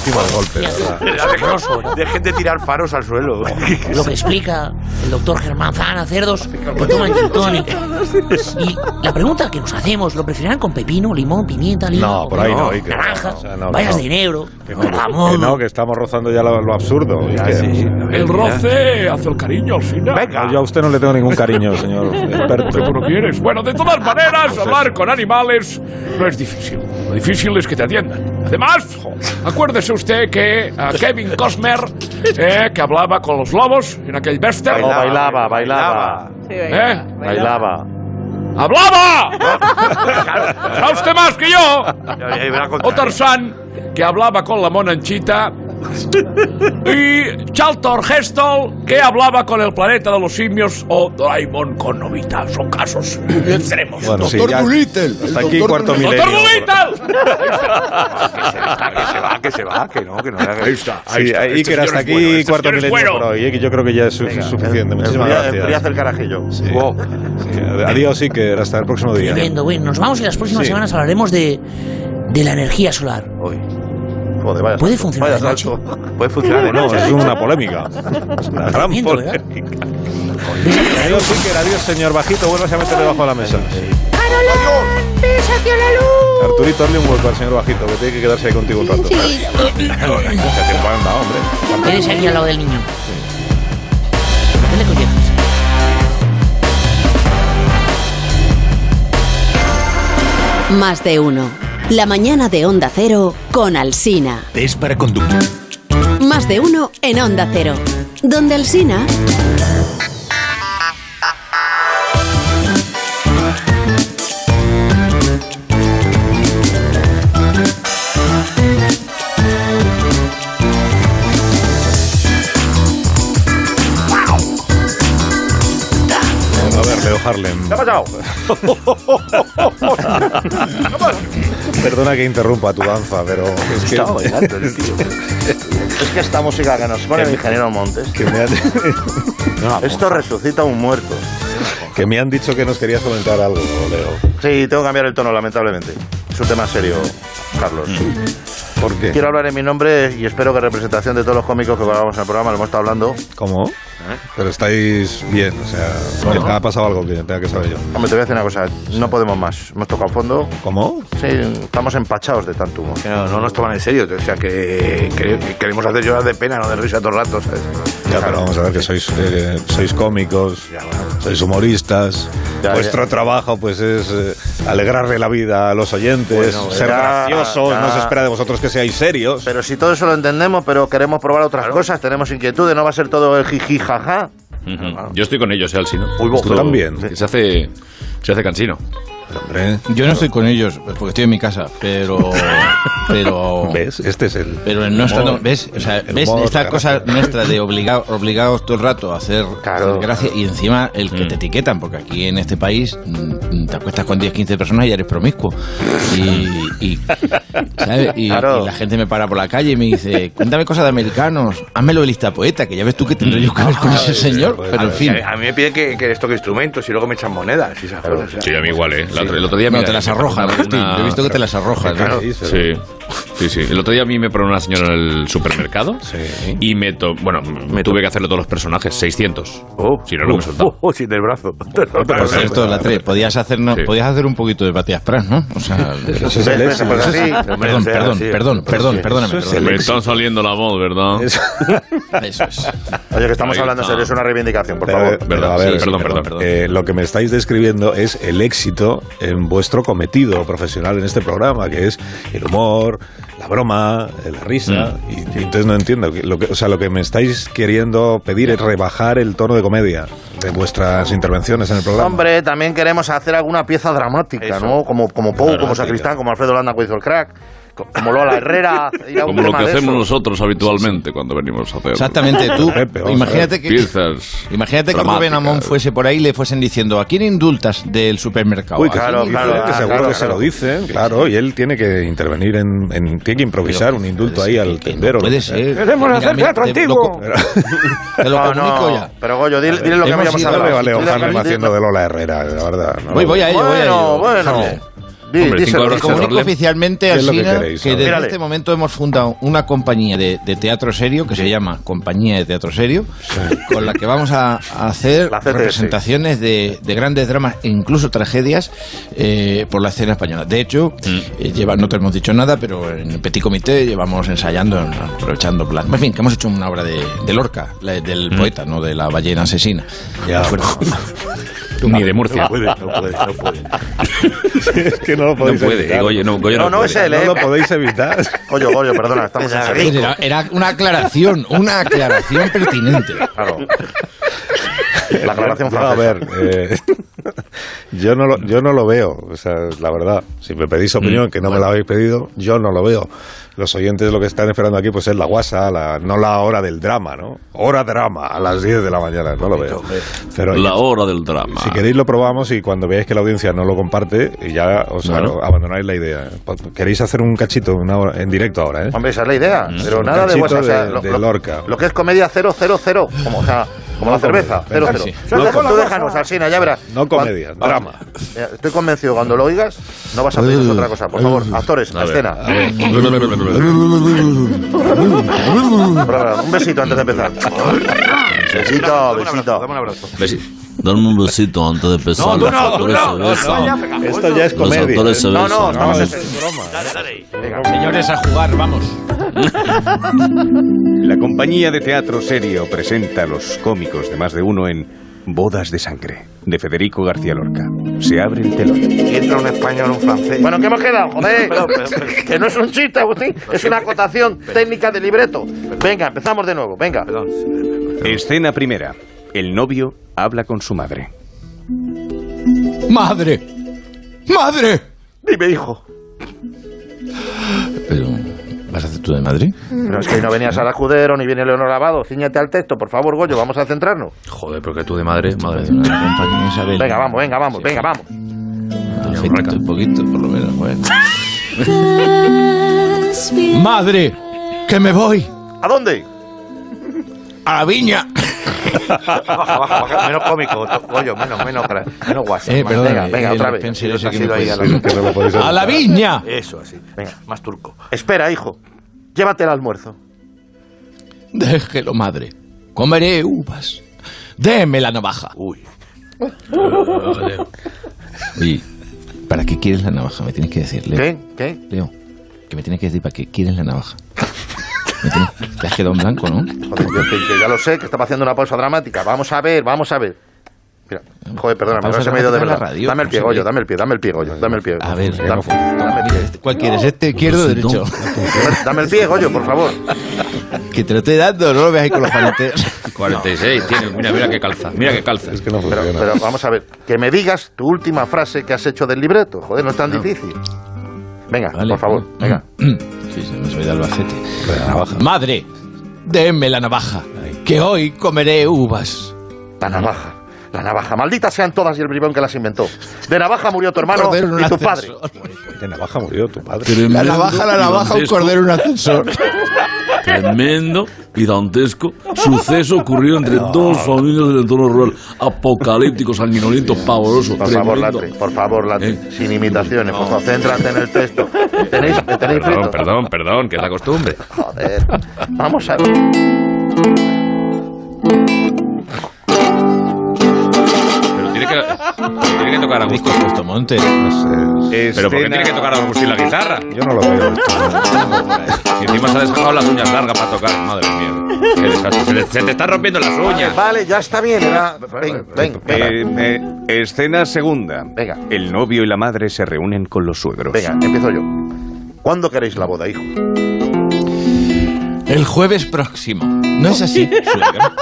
[SPEAKER 1] Encima el golpe, ¿verdad?
[SPEAKER 2] Dejen, dejen de tirar faros al suelo.
[SPEAKER 12] Lo que explica el doctor Germán Zana Cerdos que toman gin tonic. Y la pregunta que nos hacemos, ¿lo preferirán con pepino, limón, pimienta, lima?
[SPEAKER 1] No, por ahí no. Iker.
[SPEAKER 12] Naranja,
[SPEAKER 1] O sea, no,
[SPEAKER 12] bayas
[SPEAKER 1] no.
[SPEAKER 12] de enebro,
[SPEAKER 1] Que no,
[SPEAKER 12] jamón.
[SPEAKER 1] que no, que estamos rozando ya lo, lo absurdo. Iker.
[SPEAKER 17] El roce hace el cariño, al final.
[SPEAKER 1] No, Yo a usted no le tengo ningún cariño, señor experto.
[SPEAKER 17] ¿Qué prefieres? Bueno, de todas maneras, hablar con animales no es difícil. Lo difícil es que te atiendan. Además, jo, acuérdese usted que a Kevin Costner, eh, que hablaba con los lobos en aquel western...
[SPEAKER 15] Bailaba, bailaba, bailaba.
[SPEAKER 17] Sí,
[SPEAKER 15] bailaba,
[SPEAKER 17] ¿Eh?
[SPEAKER 15] Bailaba.
[SPEAKER 17] ¡Hablaba! ¿Sabe usted más que yo? O Tarzán, que hablaba con la monanchita. Y Charlton Heston, que hablaba con el planeta de los simios. O Doraemon con Novita. Son casos extremos.
[SPEAKER 1] Bueno, sí, Doctor ya- Dolittle, el hasta aquí doctor cuarto Dolittle.
[SPEAKER 17] ¡Doctor
[SPEAKER 1] milenio.
[SPEAKER 2] Que se va, que se va, que no, que no. Ahí está,
[SPEAKER 1] Sí, este Iker, hasta aquí cuarto milenio por hoy. eh, que Yo creo que ya es su- suficiente. Muchísimas
[SPEAKER 2] enfría-
[SPEAKER 1] gracias.
[SPEAKER 2] enfriad el
[SPEAKER 1] carajillo. Eh, Adiós, Iker. Hasta el próximo día.
[SPEAKER 12] Tremendo, bueno, nos vamos y las próximas
[SPEAKER 1] Sí.
[SPEAKER 12] semanas hablaremos de, de la energía solar.
[SPEAKER 2] Joder, vaya
[SPEAKER 12] ¿Puede
[SPEAKER 2] salto,
[SPEAKER 12] funcionar
[SPEAKER 2] vaya
[SPEAKER 12] de noche?
[SPEAKER 2] salto. Puede funcionar de noche.
[SPEAKER 1] es una polémica. Una gran
[SPEAKER 2] Tremendo, ¿verdad?
[SPEAKER 1] polémica. Adiós, Iker. Adiós, señor Bajito. Vuelvas a meter debajo de la mesa.
[SPEAKER 18] ¡Carolán! ¡Ves hacia la luz!
[SPEAKER 1] Arturito, hazle un hueco al señor Bajito, que tiene que quedarse ahí contigo un rato.
[SPEAKER 18] Sí.
[SPEAKER 1] Se te manda, hombre.
[SPEAKER 12] Eres aquí al lado del niño. Dale con Jeff.
[SPEAKER 19] Más de uno. La mañana de Onda Cero con Alsina.
[SPEAKER 20] Test para conducto.
[SPEAKER 19] Más de uno en Onda Cero. Donde Alsina.
[SPEAKER 1] Bueno, a ver, Leo Harlem.
[SPEAKER 2] ¿Qué ha pasado?
[SPEAKER 1] Perdona que interrumpa tu danza, pero es que.
[SPEAKER 13] Estaba bailando el tío. Es que esta música que nos pone el ingeniero Montes.
[SPEAKER 1] Que me ha-
[SPEAKER 13] Esto resucita un muerto.
[SPEAKER 1] Que me han dicho que nos querías comentar algo, Leo.
[SPEAKER 13] Sí, tengo que cambiar el tono, lamentablemente. Es un tema serio, Carlos.
[SPEAKER 1] Mm. ¿Por qué?
[SPEAKER 13] Quiero hablar en mi nombre y espero que representación de todos los cómicos que colaboramos en el programa, lo hemos estado hablando.
[SPEAKER 1] ¿Cómo? Pero estáis bien, o sea,
[SPEAKER 13] Bueno.
[SPEAKER 1] que ha pasado algo que tenga que saber yo.
[SPEAKER 13] Hombre, te voy a decir una cosa, no podemos más. Hemos tocado fondo.
[SPEAKER 1] ¿Cómo?
[SPEAKER 13] Sí, estamos empachados de tanto humor.
[SPEAKER 2] No, no nos toman en serio, o sea que, que- que queremos hacer llorar de pena, no de risa todo el rato, ¿sabes?
[SPEAKER 1] Ya, pero vamos a ver que sois, eh, sois cómicos, sois humoristas.
[SPEAKER 2] Ya,
[SPEAKER 1] Vuestro
[SPEAKER 2] ya.
[SPEAKER 1] trabajo pues es eh, alegrarle la vida a los oyentes,
[SPEAKER 13] Bueno,
[SPEAKER 1] ser
[SPEAKER 13] ya,
[SPEAKER 1] graciosos,
[SPEAKER 13] ya.
[SPEAKER 1] no se espera de vosotros que seáis serios.
[SPEAKER 13] Pero si todo eso lo entendemos, pero queremos probar otras cosas, tenemos inquietudes, no va a ser todo el jiji jaja.
[SPEAKER 4] Ujú. Yo estoy con ellos, eh, Alsino. Esto-
[SPEAKER 6] también.
[SPEAKER 4] que Se hace, se hace cansino.
[SPEAKER 6] Yo no estoy con ellos, pues, porque estoy en mi casa, pero. pero
[SPEAKER 1] ¿Ves? Este es el.
[SPEAKER 6] Pero no estando.
[SPEAKER 1] humor.
[SPEAKER 6] ¿Ves? O sea,
[SPEAKER 1] El
[SPEAKER 6] ¿ves
[SPEAKER 1] humor,
[SPEAKER 6] esta
[SPEAKER 1] carajo.
[SPEAKER 6] cosa nuestra de obligado, obligados todo el rato a hacer hacer gracia y encima el que te etiquetan? Porque aquí en este país mm, te acuestas con 10, 15 personas y eres promiscuo. Y. y- ¿sabes? Y,
[SPEAKER 13] Claro.
[SPEAKER 6] y la gente me para por la calle y me dice: Cuéntame cosas de americanos, házmelo de lista poeta, que ya ves tú que tendré yo que ver con ese señor. Pero en fin.
[SPEAKER 2] A mí me piden que, que les toque instrumentos y luego me echan monedas y esas cosas. o sea.
[SPEAKER 4] Sí, a mí igual, ¿eh? La otra- el otro día
[SPEAKER 6] No,
[SPEAKER 4] mira,
[SPEAKER 6] te las
[SPEAKER 4] me
[SPEAKER 6] arrojan,
[SPEAKER 4] propuso
[SPEAKER 6] Agustín, yo he visto que te las arrojan, ¿no?
[SPEAKER 4] Claro.
[SPEAKER 6] Sí,
[SPEAKER 4] Sí. Sí, sí. El otro día a mí me paró una señora en el supermercado y me... to- Bueno, me tuve que hacerle todos los personajes, 600. si no, no me soltaba.
[SPEAKER 2] Oh, sin del brazo.
[SPEAKER 6] Por cierto, la 3, podías, hacernos,
[SPEAKER 4] Sí.
[SPEAKER 6] podías hacer un poquito de Matías Prats, ¿no? O sea,
[SPEAKER 1] Eso es el éxito.
[SPEAKER 6] Perdón,
[SPEAKER 1] Eso es-
[SPEAKER 6] perdón, perdón, perdón, perdón, perdóname.
[SPEAKER 4] Me
[SPEAKER 6] perdóname.
[SPEAKER 4] está saliendo la voz, ¿verdad? Eso, es.
[SPEAKER 13] Oye, que estamos hablando en serio, es una reivindicación, por favor.
[SPEAKER 1] Pero, a ver, perdón, perdón, eh, lo que me estáis describiendo es el éxito en vuestro cometido profesional en este programa, que es el humor, la broma, eh, la risa. Y, y entonces no entiendo. que- Lo que, o sea, lo que me estáis queriendo pedir es rebajar el tono de comedia de vuestras intervenciones en el programa.
[SPEAKER 13] Hombre, también queremos hacer alguna pieza dramática, ¿no? Como, como Pou, como Sacristán, como Alfredo Landa, que hizo el crack, co- como Lola Herrera. ir a un
[SPEAKER 4] Como lo
[SPEAKER 13] tema
[SPEAKER 4] que
[SPEAKER 13] de
[SPEAKER 4] hacemos
[SPEAKER 13] eso.
[SPEAKER 4] nosotros habitualmente cuando venimos a hacer.
[SPEAKER 6] Exactamente, tú, imagínate que-
[SPEAKER 4] Piezas
[SPEAKER 6] Imagínate que Rubén Amón fuese por ahí y le fuesen diciendo, ¿a quién indultas del supermercado?
[SPEAKER 1] Uy,
[SPEAKER 6] ¿A
[SPEAKER 1] que
[SPEAKER 6] quién
[SPEAKER 1] sí, dicen
[SPEAKER 6] indultas?
[SPEAKER 1] que seguro que se lo dicen, claro, y él tiene que intervenir en, en- tiene que improvisar un indulto ahí al tendero.
[SPEAKER 6] puede ser. Queremos Mira, hacer mira, teatro te- lo- antiguo. Te lo
[SPEAKER 13] No, no,
[SPEAKER 6] comunico ya.
[SPEAKER 13] Pero Goyo, dile, dile lo que
[SPEAKER 1] Hemos
[SPEAKER 13] habíamos
[SPEAKER 1] ido
[SPEAKER 13] hablado.
[SPEAKER 1] a Leo
[SPEAKER 13] Dile lo que
[SPEAKER 1] Harlem
[SPEAKER 13] habíamos-
[SPEAKER 1] haciendo de Lola Herrera, la verdad.
[SPEAKER 13] Voy- voy a ello, voy a ello.
[SPEAKER 1] Bueno, bueno.
[SPEAKER 13] Di-
[SPEAKER 4] Hombre,
[SPEAKER 13] díselo,
[SPEAKER 4] cinco euros
[SPEAKER 13] díselo.
[SPEAKER 4] por
[SPEAKER 6] Comunico
[SPEAKER 4] darle.
[SPEAKER 6] oficialmente
[SPEAKER 4] ¿Qué
[SPEAKER 6] al
[SPEAKER 4] es lo que
[SPEAKER 6] Sina que,
[SPEAKER 4] queréis? A ver.
[SPEAKER 6] desde
[SPEAKER 4] Mírale.
[SPEAKER 6] este momento hemos fundado una compañía de, de teatro serio que se llama Compañía de Teatro Serio, con la que vamos a, a hacer
[SPEAKER 13] CTS.
[SPEAKER 6] representaciones de, de grandes dramas e incluso tragedias eh, por la escena española. De hecho,
[SPEAKER 4] Mm.
[SPEAKER 6] eh, lleva- no te hemos dicho nada, pero en el Petit Comité llevamos ensayando, aprovechando plan. En fin, que hemos hecho una obra de, de Lorca, la-
[SPEAKER 4] Mm.
[SPEAKER 6] del poeta, no de la ballena asesina. ¿De acuerdo?
[SPEAKER 4] Ni de Murcia.
[SPEAKER 1] No puede, no puede, no puede. es que no lo podéis
[SPEAKER 4] No puede,
[SPEAKER 1] evitar.
[SPEAKER 4] Goyo, no, Goyo no No, no puede. es él, ¿eh?
[SPEAKER 1] No lo podéis evitar.
[SPEAKER 13] Goyo, Goyo, perdona, estamos en serio.
[SPEAKER 6] Era, era una aclaración, una aclaración pertinente.
[SPEAKER 13] La aclaración
[SPEAKER 1] No, a
[SPEAKER 13] francesa.
[SPEAKER 1] ver, eh, yo, no lo, yo no lo veo, o sea, la verdad. Si me pedís opinión,
[SPEAKER 13] Mm,
[SPEAKER 1] que no me la habéis pedido, yo no lo veo. Los oyentes lo que están esperando aquí pues es la guasa, la- no la hora del drama, ¿no? Hora drama a las 10 de la mañana, no lo veo. Pero
[SPEAKER 14] La hora del drama.
[SPEAKER 1] si queréis lo probamos y cuando veáis que la audiencia no lo comparte, y ya os
[SPEAKER 14] Bueno.
[SPEAKER 1] abandonáis la idea. Pues, ¿Queréis hacer un cachito una hora- en directo ahora, eh?
[SPEAKER 13] Hombre, esa es la idea.
[SPEAKER 1] Mm.
[SPEAKER 13] Pero
[SPEAKER 1] Un
[SPEAKER 13] nada de
[SPEAKER 1] cachito
[SPEAKER 13] WhatsApp. o sea,
[SPEAKER 1] de-
[SPEAKER 13] lo,
[SPEAKER 1] de
[SPEAKER 13] lo-
[SPEAKER 1] Lorca.
[SPEAKER 13] lo que es comedia 000, como, o sea, como la
[SPEAKER 1] No comedia,
[SPEAKER 13] cerveza,
[SPEAKER 1] venga,
[SPEAKER 13] 00.
[SPEAKER 1] sí.
[SPEAKER 13] Tú
[SPEAKER 1] No
[SPEAKER 13] deja-
[SPEAKER 1] comedia.
[SPEAKER 13] tú déjanos, Alsina, ya verás.
[SPEAKER 1] No comedia,
[SPEAKER 13] Cuando-
[SPEAKER 1] drama.
[SPEAKER 13] Mira, Estoy convencido, cuando lo oigas, no vas a pedir otra cosa. Por favor, actores,
[SPEAKER 4] A ver,
[SPEAKER 13] escena.
[SPEAKER 4] a ver.
[SPEAKER 13] Bravo, Un besito antes de empezar. Besito, besito.
[SPEAKER 14] Dame un besito antes de empezar.
[SPEAKER 13] No, tú
[SPEAKER 14] Los
[SPEAKER 13] no, tú
[SPEAKER 14] actores
[SPEAKER 13] no,
[SPEAKER 14] se
[SPEAKER 13] no,
[SPEAKER 14] besan.
[SPEAKER 13] ya, venga, Esto ya es
[SPEAKER 14] Los
[SPEAKER 13] comedia,
[SPEAKER 14] actores
[SPEAKER 13] ¿eh?
[SPEAKER 14] se
[SPEAKER 13] No, no,
[SPEAKER 14] besan.
[SPEAKER 13] estamos
[SPEAKER 14] Ay,
[SPEAKER 13] en serio.
[SPEAKER 6] Señores, a jugar, vamos.
[SPEAKER 7] La compañía de teatro serio presenta a los cómicos de más de uno en Bodas de Sangre, de Federico García Lorca. Se abre el telón.
[SPEAKER 13] Entra un español, un francés. Bueno, ¿qué hemos quedado? Joder, que no es un chiste, Agustín, es una acotación técnica de libreto. Venga, empezamos de nuevo, venga.
[SPEAKER 7] Escena primera. El novio habla con su madre.
[SPEAKER 6] ¡Madre! ¡Madre!
[SPEAKER 13] Dime, hijo.
[SPEAKER 6] Pero, ¿vas a hacer tú de Madrid?
[SPEAKER 13] Pero es que hoy no venía Sara Escudero ni viene Leonor Lavado. Cíñate al texto, por favor, Goyo, vamos a centrarnos.
[SPEAKER 4] Joder, porque tú de madre, madre.
[SPEAKER 6] Compañía Isabel.
[SPEAKER 13] Venga, vamos, venga, vamos, venga, vamos.
[SPEAKER 6] Perfecto, un poquito, por lo menos. bueno. ¡Madre! ¡Que me voy!
[SPEAKER 13] ¿A dónde?
[SPEAKER 6] ¡A la viña!
[SPEAKER 13] baja, baja, baja. Menos cómico, to- Goyo, menos, menos, gra- menos guasa.
[SPEAKER 6] Eh,
[SPEAKER 13] Más-
[SPEAKER 6] perdón,
[SPEAKER 13] venga, venga,
[SPEAKER 6] el
[SPEAKER 13] otra vez.
[SPEAKER 6] pencil ese
[SPEAKER 13] Ha
[SPEAKER 6] que me
[SPEAKER 13] sido ahí
[SPEAKER 6] puede-
[SPEAKER 13] a la-
[SPEAKER 6] que no lo podéis ¡A la viña!
[SPEAKER 13] Eso, así. Venga, más turco. Espera, hijo. Llévate el almuerzo.
[SPEAKER 6] Déjelo, madre. Comeré uvas. Deme la navaja.
[SPEAKER 13] Uy.
[SPEAKER 6] Oye, ¿para qué quieres la navaja? Me tienes que decir, Leo.
[SPEAKER 13] ¿Qué? ¿Qué?
[SPEAKER 6] Leo, que me tienes que decir para qué quieres la navaja. Me tienes- Te has quedado en blanco, ¿no?
[SPEAKER 13] Joder, yo que, que ya lo sé, que estaba haciendo una pausa dramática. Vamos a ver, vamos a ver. Mira, joder, perdóname,
[SPEAKER 6] Pausa
[SPEAKER 13] ahora se me ha ido
[SPEAKER 6] dramática
[SPEAKER 13] de
[SPEAKER 6] en la
[SPEAKER 13] verdad.
[SPEAKER 6] radio,
[SPEAKER 13] dame el
[SPEAKER 6] no
[SPEAKER 13] pie,
[SPEAKER 6] se
[SPEAKER 13] Goyo,
[SPEAKER 6] ve.
[SPEAKER 13] dame el pie, dame el pie, Goyo, dame el pie.
[SPEAKER 6] A ver,
[SPEAKER 13] dame, dame el pie.
[SPEAKER 6] ¿Cuál quieres? ¿Este izquierdo o derecho?
[SPEAKER 13] Dame el pie, Goyo, por favor.
[SPEAKER 6] Que te lo estoy dando, no lo veas ahí con los paletes.
[SPEAKER 4] 46, tiene. Mira, mira qué calza. Mira qué calza. Es que no
[SPEAKER 13] Pero, pero vamos a ver, que me digas tu última frase que has hecho del libreto. Joder, no es tan difícil. Venga, por favor, venga.
[SPEAKER 6] Sí, sí, me soy de Albacete. Madre, déme la navaja, que hoy comeré uvas.
[SPEAKER 13] La navaja. La navaja. Malditas sean todas y el bribón que las inventó. De navaja murió tu hermano
[SPEAKER 6] Cordero en un
[SPEAKER 13] y tu padre.
[SPEAKER 6] ascensor.
[SPEAKER 1] De navaja murió tu padre.
[SPEAKER 6] La navaja, la navaja, un cordero en un ascensor.
[SPEAKER 14] Tremendo y dantesco suceso ocurrido entre dos familias del entorno rural. Apocalíptico, sanguinolento, pavoroso.
[SPEAKER 13] Por favor,
[SPEAKER 14] tremendo.
[SPEAKER 13] Latre, por favor, Latre.
[SPEAKER 6] Eh.
[SPEAKER 13] Sin imitaciones, por favor, céntrate en el texto. ¿Me tenéis, me tenéis
[SPEAKER 4] Perdón,
[SPEAKER 13] frito?
[SPEAKER 4] perdón, perdón, que es la costumbre.
[SPEAKER 13] Joder. Vamos a ver.
[SPEAKER 4] Pero tiene que, tiene que tocar a gusto.
[SPEAKER 6] Monte.
[SPEAKER 4] Pero ¿por qué tiene que tocar a gusto la guitarra?
[SPEAKER 1] Pues, eh, Yo no lo veo.
[SPEAKER 4] Y encima se ha despejado las uñas largas para tocar. Madre mía. Qué desastre. Se, le- se te están rompiendo las uñas.
[SPEAKER 13] Vale, ya está bien. era- Ven, ven, venga.
[SPEAKER 7] Eh, eh, escena segunda.
[SPEAKER 13] Venga.
[SPEAKER 7] El novio y la madre se reúnen con los suegros.
[SPEAKER 13] Venga, empiezo yo. ¿Cuándo queréis la boda, hijo?
[SPEAKER 6] El jueves próximo. ¿No es así? suegra?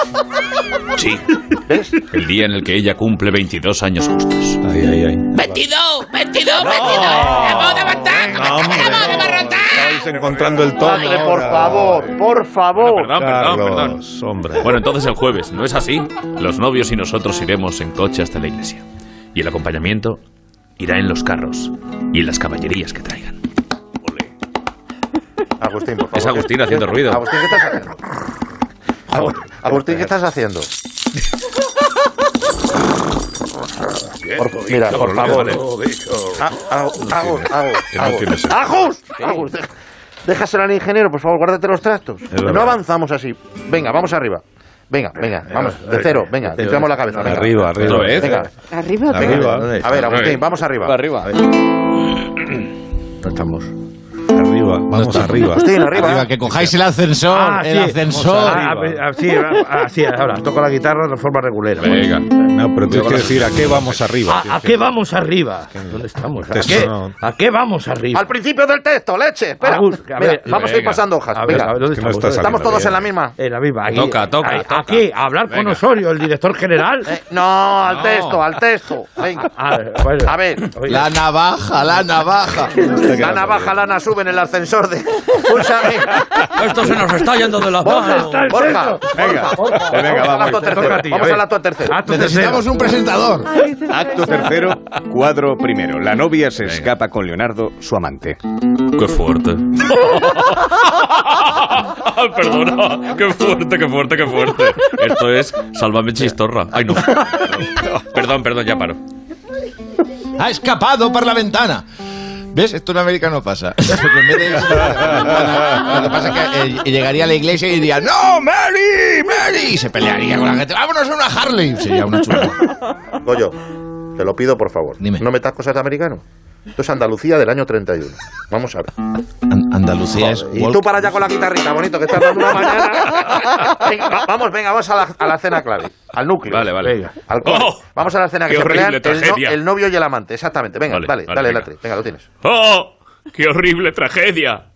[SPEAKER 4] Sí.
[SPEAKER 13] ¿Ves?
[SPEAKER 4] El día en el que ella cumple 22 años justos.
[SPEAKER 1] Ay, ay, ay.
[SPEAKER 18] ¡Vestido! ¡Vestido! ¡Vestido! ¡La moda barrotaca! ¡La moda barrotaca!
[SPEAKER 1] Estáis encontrando el tono.
[SPEAKER 13] Padre, por
[SPEAKER 1] ahora.
[SPEAKER 13] favor, por favor.
[SPEAKER 4] Perdón, perdón, perdón.
[SPEAKER 1] Carlos, hombre.
[SPEAKER 4] Bueno, entonces el jueves, ¿no es así? Los novios y nosotros iremos en coche hasta la iglesia. Y el acompañamiento irá en los carros y en las caballerías que traigan.
[SPEAKER 13] Agustín, por favor.
[SPEAKER 4] Es Agustín haciendo ruido.
[SPEAKER 13] Agustín, ¿qué estás haciendo? Agu- Agustín, ¿qué estás haciendo? Por- mira, por favor. Ah, ah, Agus, Agus,
[SPEAKER 1] que no
[SPEAKER 13] Agus.
[SPEAKER 1] tiene sentido.
[SPEAKER 13] Agus, Agus, deja- Déjaselo al ingeniero, por favor, guárdate los trastos. No
[SPEAKER 1] verdad.
[SPEAKER 13] avanzamos así. Venga, vamos arriba. Venga, eh, venga, vamos, de cero, venga, limpiamos la cabeza. venga.
[SPEAKER 1] Arriba, arriba.
[SPEAKER 13] Otra vez. Venga.
[SPEAKER 5] Arriba,
[SPEAKER 13] Venga,
[SPEAKER 1] Arriba.
[SPEAKER 13] A ver, Agustín, vamos arriba. Arriba.
[SPEAKER 1] No estamos. Arriba, vamos arriba.
[SPEAKER 4] este.
[SPEAKER 13] Agustín, arriba.
[SPEAKER 6] que cojáis el ascensor,
[SPEAKER 13] Ah,
[SPEAKER 6] el
[SPEAKER 13] sí.
[SPEAKER 6] ascensor.
[SPEAKER 13] Ah, ah, sí, ah, así es, ahora. Toco la guitarra de forma regular.
[SPEAKER 1] Venga. No, pero tienes que decir a qué vamos arriba.
[SPEAKER 13] ¿A, a qué vamos arriba? ¿Dónde estamos? ¿A
[SPEAKER 1] Texto,
[SPEAKER 4] este.
[SPEAKER 13] qué,
[SPEAKER 1] no.
[SPEAKER 13] a qué vamos arriba?
[SPEAKER 1] Al
[SPEAKER 13] principio del texto, leche.
[SPEAKER 1] espera.
[SPEAKER 13] Mira, vamos a ir pasando hojas, venga.
[SPEAKER 1] Que no está
[SPEAKER 13] Estamos
[SPEAKER 1] saliendo
[SPEAKER 13] todos
[SPEAKER 1] bien.
[SPEAKER 13] en la misma. En la misma.
[SPEAKER 1] Toca, toca, toca.
[SPEAKER 8] eh,
[SPEAKER 13] Aquí, a hablar con
[SPEAKER 1] Venga.
[SPEAKER 13] Osorio, el director general. no, al texto, al texto. Venga. A ver. A ver
[SPEAKER 6] La navaja, la navaja.
[SPEAKER 13] la navaja lana sube en el ascensor de. Escúchame.
[SPEAKER 6] Esto se nos está yendo de las
[SPEAKER 13] Borja,
[SPEAKER 6] manos.
[SPEAKER 13] Borja,
[SPEAKER 6] Venga,
[SPEAKER 13] Borja,
[SPEAKER 6] venga,
[SPEAKER 13] Eh, vamos al
[SPEAKER 6] vamos.
[SPEAKER 13] acto
[SPEAKER 6] Te
[SPEAKER 13] tercero.
[SPEAKER 6] toca a ti, a
[SPEAKER 13] Vamos
[SPEAKER 6] ver.
[SPEAKER 13] al acto tercero.
[SPEAKER 6] Necesitamos un presentador.
[SPEAKER 7] Acto tercero, cuadro primero. La novia se escapa con Leonardo, su amante. Qué fuerte.
[SPEAKER 4] Perdona, qué fuerte, qué fuerte, qué fuerte. Esto es Sálvame Chistorra. Ay, no. Perdón, perdón, ya paro.
[SPEAKER 6] Ha escapado por la ventana. ¿Ves? Esto en América no pasa. Porque en vez de irse por la ventana, Lo que pasa es que eh, llegaría a la iglesia y diría, ¡No, Mary, Mary! Y se pelearía con la gente. ¡Vámonos a una Harley! Sería una chula.
[SPEAKER 13] Goyo, te lo pido por favor. No metas cosas de americano. Esto es Andalucía del año 31. Vamos a ver.
[SPEAKER 6] Andalucía es...
[SPEAKER 13] Y tú para allá con la guitarrita, bonito, que estás dando una mañana. Venga, va- vamos, venga, vamos a la, a la cena clave. Al núcleo. Vale, vale. al core.
[SPEAKER 4] Oh,
[SPEAKER 13] vamos a la cena que
[SPEAKER 4] qué
[SPEAKER 13] se pelean
[SPEAKER 4] horrible
[SPEAKER 13] el, no-
[SPEAKER 4] tragedia.
[SPEAKER 13] el novio y el amante. Exactamente. Venga,
[SPEAKER 4] Vale,
[SPEAKER 13] vale,
[SPEAKER 4] vale,
[SPEAKER 13] dale,
[SPEAKER 4] venga.
[SPEAKER 13] Latre. Venga, lo tienes.
[SPEAKER 4] ¡Oh! ¡Qué horrible tragedia!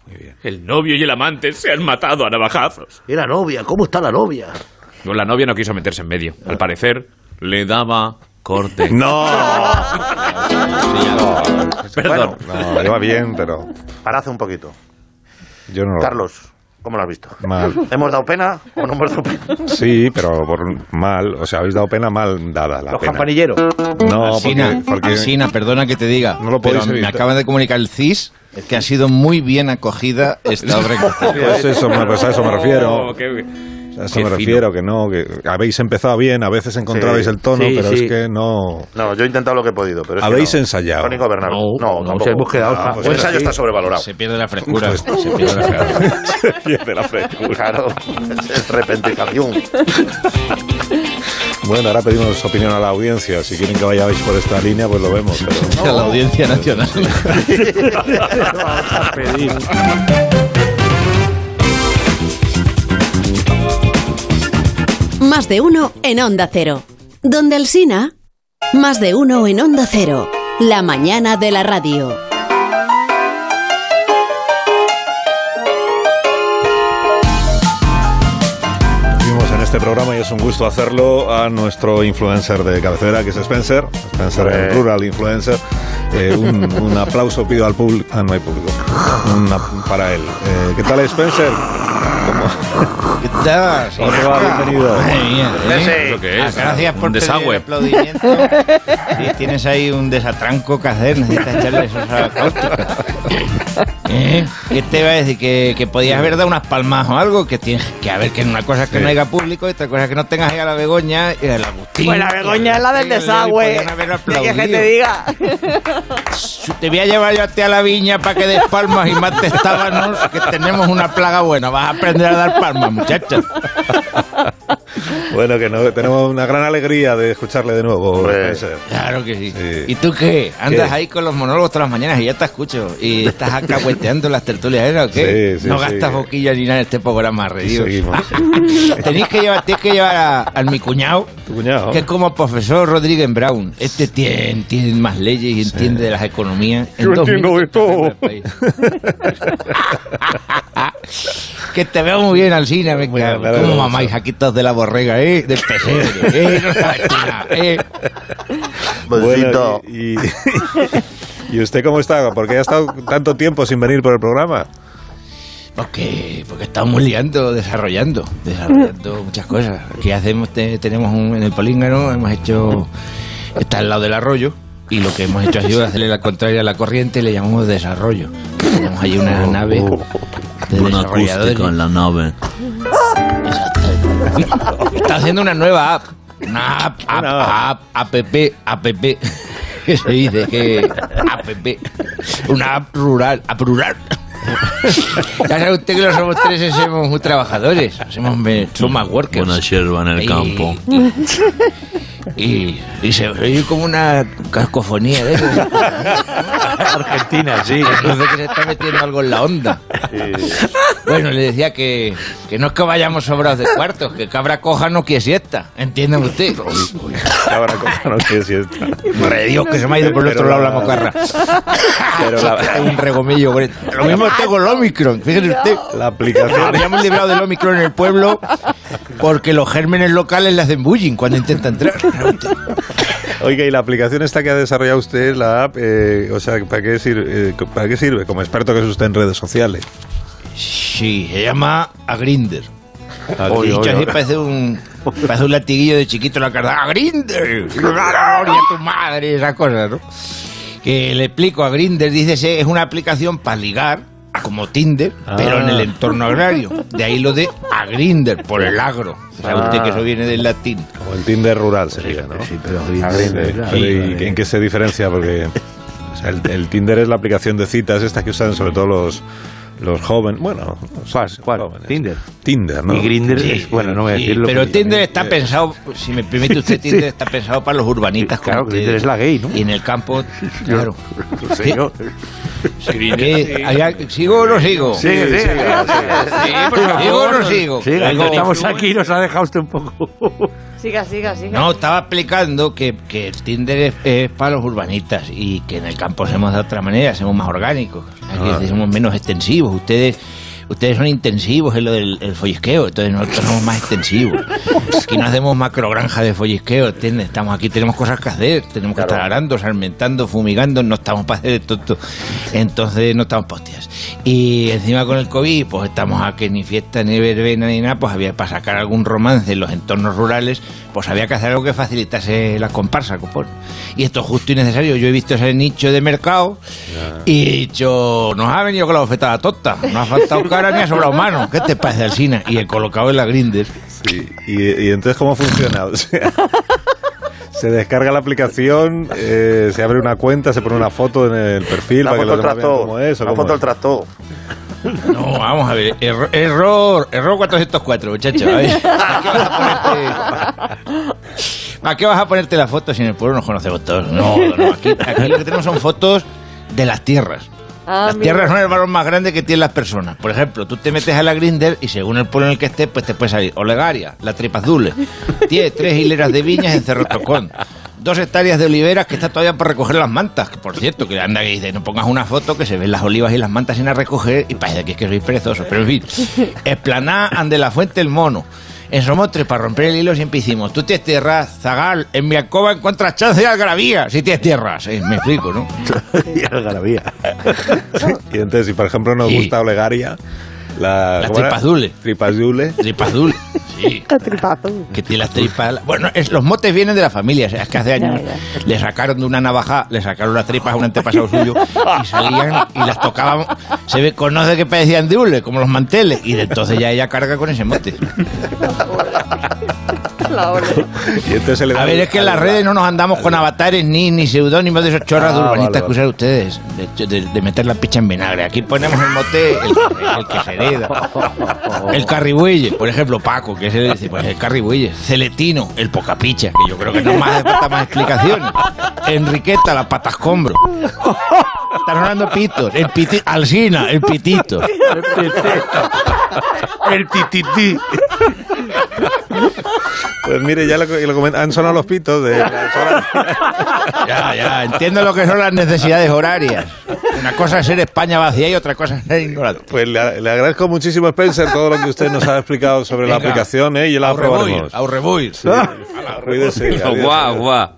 [SPEAKER 4] El novio y el amante se han matado a navajazos.
[SPEAKER 13] ¿Y la novia? ¿Cómo está la novia?
[SPEAKER 4] No, La novia no quiso meterse en medio. Al parecer, le daba corte.
[SPEAKER 1] ¡No!
[SPEAKER 4] Perdón.
[SPEAKER 1] No, iba bien, pero
[SPEAKER 13] Parad un poquito.
[SPEAKER 1] yo no lo...
[SPEAKER 13] Carlos, ¿cómo lo has visto?
[SPEAKER 1] Mal.
[SPEAKER 13] ¿Hemos dado pena o no hemos dado pena?
[SPEAKER 1] Sí, pero por mal. O sea, habéis dado pena mal dada la
[SPEAKER 13] Los
[SPEAKER 1] pena.
[SPEAKER 13] campanilleros.
[SPEAKER 1] No,
[SPEAKER 6] Alsina,
[SPEAKER 1] porque... porque-
[SPEAKER 6] Alsina, perdona que te diga,
[SPEAKER 1] lo
[SPEAKER 6] pero
[SPEAKER 1] podéis
[SPEAKER 6] me
[SPEAKER 1] evitar.
[SPEAKER 6] acaban de comunicar el CIS que ha sido muy bien acogida esta obra. que está haciendo.
[SPEAKER 1] Pues eso, me- pues a eso me refiero.
[SPEAKER 4] Oh, qué-
[SPEAKER 1] A eso
[SPEAKER 4] qué
[SPEAKER 1] me
[SPEAKER 4] fino.
[SPEAKER 1] refiero, que no, que habéis empezado bien, a veces encontrabais
[SPEAKER 13] Sí,
[SPEAKER 1] el tono,
[SPEAKER 13] sí,
[SPEAKER 1] pero
[SPEAKER 13] sí.
[SPEAKER 1] es que no...
[SPEAKER 13] No, yo he intentado lo que he podido, pero es que
[SPEAKER 1] ¿Habéis
[SPEAKER 13] no.
[SPEAKER 1] ensayado?
[SPEAKER 13] Con Nico Bernardo. No,
[SPEAKER 1] no,
[SPEAKER 13] tampoco.
[SPEAKER 1] se hemos quedado-
[SPEAKER 13] Ah, pues
[SPEAKER 1] Un
[SPEAKER 13] el ensayo
[SPEAKER 1] sí.
[SPEAKER 13] está sobrevalorado.
[SPEAKER 6] Se pierde la frescura.
[SPEAKER 1] eh, Pues-
[SPEAKER 6] se pierde la frescura.
[SPEAKER 1] de la frescura.
[SPEAKER 13] Claro, es repentización.
[SPEAKER 1] Bueno, ahora pedimos opinión a la audiencia. Si quieren que vayáis por esta línea, pues lo vemos. pero-
[SPEAKER 6] A la audiencia nacional.
[SPEAKER 19] Más de uno en Onda Cero. Donde el Sina. Más de uno en Onda Cero. La mañana de la radio.
[SPEAKER 1] Tuvimos en este programa y es un gusto hacerlo a nuestro influencer de cabecera, que es Spencer. Spencer, el
[SPEAKER 13] Eh.
[SPEAKER 1] rural influencer. Eh, un, un aplauso pido al público. Ah, no hay público. Una- para él. Eh, ¿Qué tal, Spencer? ¿Cómo,
[SPEAKER 6] ¿Qué tal?
[SPEAKER 1] ¿Cómo te va? Bienvenido.
[SPEAKER 6] Madre mía, ¿eh?
[SPEAKER 1] Ese.
[SPEAKER 4] ¿Eso qué es?
[SPEAKER 6] Gracias
[SPEAKER 4] Un
[SPEAKER 6] por pedir
[SPEAKER 4] desagüe.
[SPEAKER 6] el aplaudimiento. Sí, tienes ahí un desatranco que hacer, necesitas echarle esos acáusticos. ¿Eh? ¿Qué te iba a decir? Que, que podías haber dado unas palmas o algo, que tienes que a ver que una cosa es que
[SPEAKER 1] Sí.
[SPEAKER 6] no haya público y otra cosa es que no tengas ahí a la Begoña y a la Agustín.
[SPEAKER 20] Pues la Begoña es la del desagüe. ¿Qué quieres que te diga?
[SPEAKER 6] Te voy a llevar yo a ti a la viña para que des palmas y mates tábanos, que tenemos una plaga buena. Vas a aprender a dar palmas, muchachos.
[SPEAKER 1] Bueno, que no, tenemos una gran alegría de escucharle de nuevo, Spencer.
[SPEAKER 6] Claro que sí. ¿Y tú qué? Andas
[SPEAKER 1] ¿Qué?
[SPEAKER 6] ahí con los monólogos todas las mañanas y ya te escucho. Y estás acahueteando las tertulias, ¿eh? ¿O qué?
[SPEAKER 1] Sí, sí,
[SPEAKER 6] no
[SPEAKER 1] sí.
[SPEAKER 6] gastas boquilla ni nada en este programa, reído.
[SPEAKER 1] seguimos.
[SPEAKER 6] Tenéis que llevar, tienes que llevar a, al mi cuñado, que es como el profesor Rodríguez Brown. Este tiene, tiene más leyes y entiende de las economías. En dos minutos
[SPEAKER 13] todo.
[SPEAKER 6] Que te veo muy bien al cine, me cago. ¿Cómo mamáis aquí todos de la borrega, eh? Del pesebre, eh? No sabes nada, eh.
[SPEAKER 1] Bueno, y, y- ¿y usted cómo está? Porque ha estado tanto tiempo sin venir por el programa.
[SPEAKER 6] Porque, porque estamos liando, desarrollando, desarrollando muchas cosas. Aquí hacemos, te- tenemos un- en el polígono, hemos hecho, está al lado del arroyo, y lo que hemos hecho ha sido hacerle la contraria a la corriente, le llamamos desarrollo. Tenemos ahí una nave de
[SPEAKER 14] Una
[SPEAKER 6] desarrolladores.
[SPEAKER 14] acústica en la nave.
[SPEAKER 6] Está haciendo una nueva app. Una app, app, app, app, app, que se dice que app, una app rural, app rural. ya sabe usted que los somos tres somos muy trabajadores, somos, me- somos más workers.
[SPEAKER 14] Una yerba en el
[SPEAKER 6] Y-
[SPEAKER 14] campo.
[SPEAKER 6] Y, y se oye como una cascofonía de esas.
[SPEAKER 2] Argentina, sí.
[SPEAKER 6] Entonces que se está metiendo algo en la onda. Bueno, le decía que, que no es que vayamos sobrados de cuartos, que cabra coja no quiere siesta. ¿Entienden usted?
[SPEAKER 1] Cabra coja no quiere siesta.
[SPEAKER 6] Madre de Dios, que se me ha ido por el otro lado la mocarra.
[SPEAKER 1] Pero la-
[SPEAKER 6] un regomillo. Gretel. Lo mismo tengo el Omicron. Fíjese usted.
[SPEAKER 1] La aplicación.
[SPEAKER 6] Habíamos librado del Omicron en el pueblo porque los gérmenes locales le hacen bullying cuando intenta entrar.
[SPEAKER 1] Oiga, y la aplicación esta que ha desarrollado usted, la app, eh, o sea, ¿para qué, sirve, eh, ¿para qué sirve? Como experto que es usted en redes sociales.
[SPEAKER 6] Sí, se llama a Grinder.
[SPEAKER 1] Oye,
[SPEAKER 6] Dicho
[SPEAKER 1] oye,
[SPEAKER 6] así
[SPEAKER 1] oye.
[SPEAKER 6] parece un, parece un latiguillo de chiquito la carta. ¡A Grinder! ¡Gloria a tu madre! Esa cosa, ¿no? Que le explico a Grinder, dice, es una aplicación para ligar, como Tinder, pero en el entorno agrario. De ahí lo de a Grinder, por el agro. Sabe
[SPEAKER 1] Ah.
[SPEAKER 6] usted que eso viene del latín.
[SPEAKER 1] Como el Tinder rural sería, ¿no? Ah, Sí, pero, ¿y en qué se diferencia? Porque o sea, el, el Tinder es la aplicación de citas esta que usan sobre todo los, los jóvenes. Bueno, ¿cuál? Tinder. Tinder, ¿no?
[SPEAKER 2] Y Grindr es- bueno, no voy a
[SPEAKER 6] Sí,
[SPEAKER 2] decirlo,
[SPEAKER 6] pero
[SPEAKER 2] porque-
[SPEAKER 6] Tinder está pensado, si me permite usted, Tinder está pensado para los urbanitas. Claro,
[SPEAKER 2] Grindr es la
[SPEAKER 6] gay, ¿no? Y en el campo, claro.
[SPEAKER 2] lo sé yo.
[SPEAKER 6] ¿Qué? Allá- ¿Sigo o no sigo?
[SPEAKER 2] Sí, sí, sí.
[SPEAKER 6] ¿Sigo o no sigo?
[SPEAKER 2] Siga,
[SPEAKER 6] Sigo.
[SPEAKER 2] estamos aquí y nos ha dejado usted un poco.
[SPEAKER 5] Siga, siga, siga.
[SPEAKER 6] No, estaba explicando que, que el Tinder es, es para los urbanistas y que en el campo hacemos de otra manera, somos más orgánicos,
[SPEAKER 1] Ah.
[SPEAKER 6] que somos menos extensivos. Ustedes ustedes son intensivos en lo del el follisqueo, entonces nosotros somos más extensivos. Aquí no hacemos macrogranja de follisqueo, ¿entiendes? Estamos aquí, tenemos cosas que hacer, tenemos que estar arando, sarmentando, fumigando, no estamos para hacer tonto. Entonces no estamos postias. Y encima con el COVID, pues estamos a que ni fiesta, ni verbena, ni nada, pues había para sacar algún romance en los entornos rurales, pues había que hacer algo que facilitase la comparsa, copón. Y esto es justo y necesario. Yo he visto ese nicho de mercado y he dicho, nos ha venido con la bofetada tonta, no ha faltado cara ni ha sobrado mano. ¿Qué te parece, Alcina? Y he colocado en la grinder.
[SPEAKER 1] Sí. ¿Y, y entonces cómo funciona? O sea, se descarga la aplicación, eh, se abre una cuenta, se pone una foto en el perfil
[SPEAKER 13] La
[SPEAKER 1] para que
[SPEAKER 13] foto
[SPEAKER 1] los demás
[SPEAKER 13] del
[SPEAKER 1] vean cómo
[SPEAKER 13] tractor.
[SPEAKER 1] es. o
[SPEAKER 13] La
[SPEAKER 1] cómo
[SPEAKER 13] foto del
[SPEAKER 1] es.
[SPEAKER 13] tractor.
[SPEAKER 6] No, vamos a ver. Error, error, error 404, muchacho. A ver. ¿Para qué vas a ponerte la foto si en el pueblo nos conocemos todos? No, no, aquí, aquí lo que tenemos son fotos de las tierras.
[SPEAKER 5] Ah,
[SPEAKER 6] Las tierras son el valor más grande que tienen las personas. Por ejemplo, tú te metes a la Grinder y según el pueblo en el que estés, pues te puede salir Olegaria, la tripa azul, tiene tres hileras de viñas en Cerro Tocón, dos hectáreas de oliveras que está todavía por recoger las mantas. Que por cierto, que anda que dice, no pongas una foto que se ven las olivas y las mantas sin a recoger y parece que es que sois perezosos. Pero en fin, Esplaná, ande la fuente el mono. En Somotre, para romper el hilo, siempre hicimos, tú tienes tierras, Zagal, en mi alcoba encuentras chance de algarabía, si tienes tierras. Eh, me explico, ¿no?
[SPEAKER 1] y algarabía. y entonces, si por ejemplo nos gusta Olegaria, la,
[SPEAKER 6] Las
[SPEAKER 1] ¿cómo era?
[SPEAKER 6] tripazule.
[SPEAKER 1] Tripazule.
[SPEAKER 6] Tripazule. Sí. que tiene las tripas. Bueno, es- los motes vienen de la familia, o sea, es que hace años le sacaron de una navaja, le sacaron las tripas a un antepasado suyo y salían y las tocaban. Se ve, conoce que parecían de hule, como los manteles, y de entonces ya ella carga con ese mote.
[SPEAKER 1] Y entonces le da
[SPEAKER 6] A ver,
[SPEAKER 1] el-
[SPEAKER 6] es que en las redes no nos andamos con avatares ni, ni seudónimos de esos chorras de
[SPEAKER 1] Ah,
[SPEAKER 6] urbanitas
[SPEAKER 1] vale,
[SPEAKER 6] que usan ustedes, de, de- de meter la picha en vinagre. Aquí ponemos el mote, el, el que se hereda. El carribuelle, por ejemplo, Paco, que es el, pues, el carribuelle. Celetino, el pocapicha, que yo creo que no más hace falta más explicaciones. Enriqueta, la patascombro. Están hablando pitos. El piti, Alsina, el pitito.
[SPEAKER 2] El titití.
[SPEAKER 1] Pues mire, ya lo, lo coment- han sonado los pitos de las horas.
[SPEAKER 6] Ya, ya, entiendo lo que son las necesidades horarias. Una cosa es ser España vacía y otra cosa es ser ignorante.
[SPEAKER 1] Pues le, le agradezco muchísimo, Spencer, todo lo que usted nos ha explicado sobre la
[SPEAKER 6] Venga.
[SPEAKER 1] aplicación, ¿eh? Y la aprobaremos.
[SPEAKER 6] Aurrebuir.
[SPEAKER 1] Sí. Cuídese. adiós,
[SPEAKER 4] Oh, Guau,
[SPEAKER 1] adiós.
[SPEAKER 4] guau.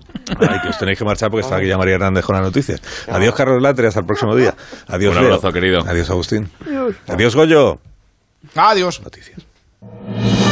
[SPEAKER 1] Ay, que os tenéis que marchar porque está aquí ya María Hernández con las noticias. Adiós, Carlos Latre, hasta el próximo día. Adiós,
[SPEAKER 4] Un
[SPEAKER 1] Leo.
[SPEAKER 4] abrazo, querido.
[SPEAKER 1] Adiós, Agustín. Adiós, Goyo.
[SPEAKER 6] Adiós.
[SPEAKER 1] Noticias.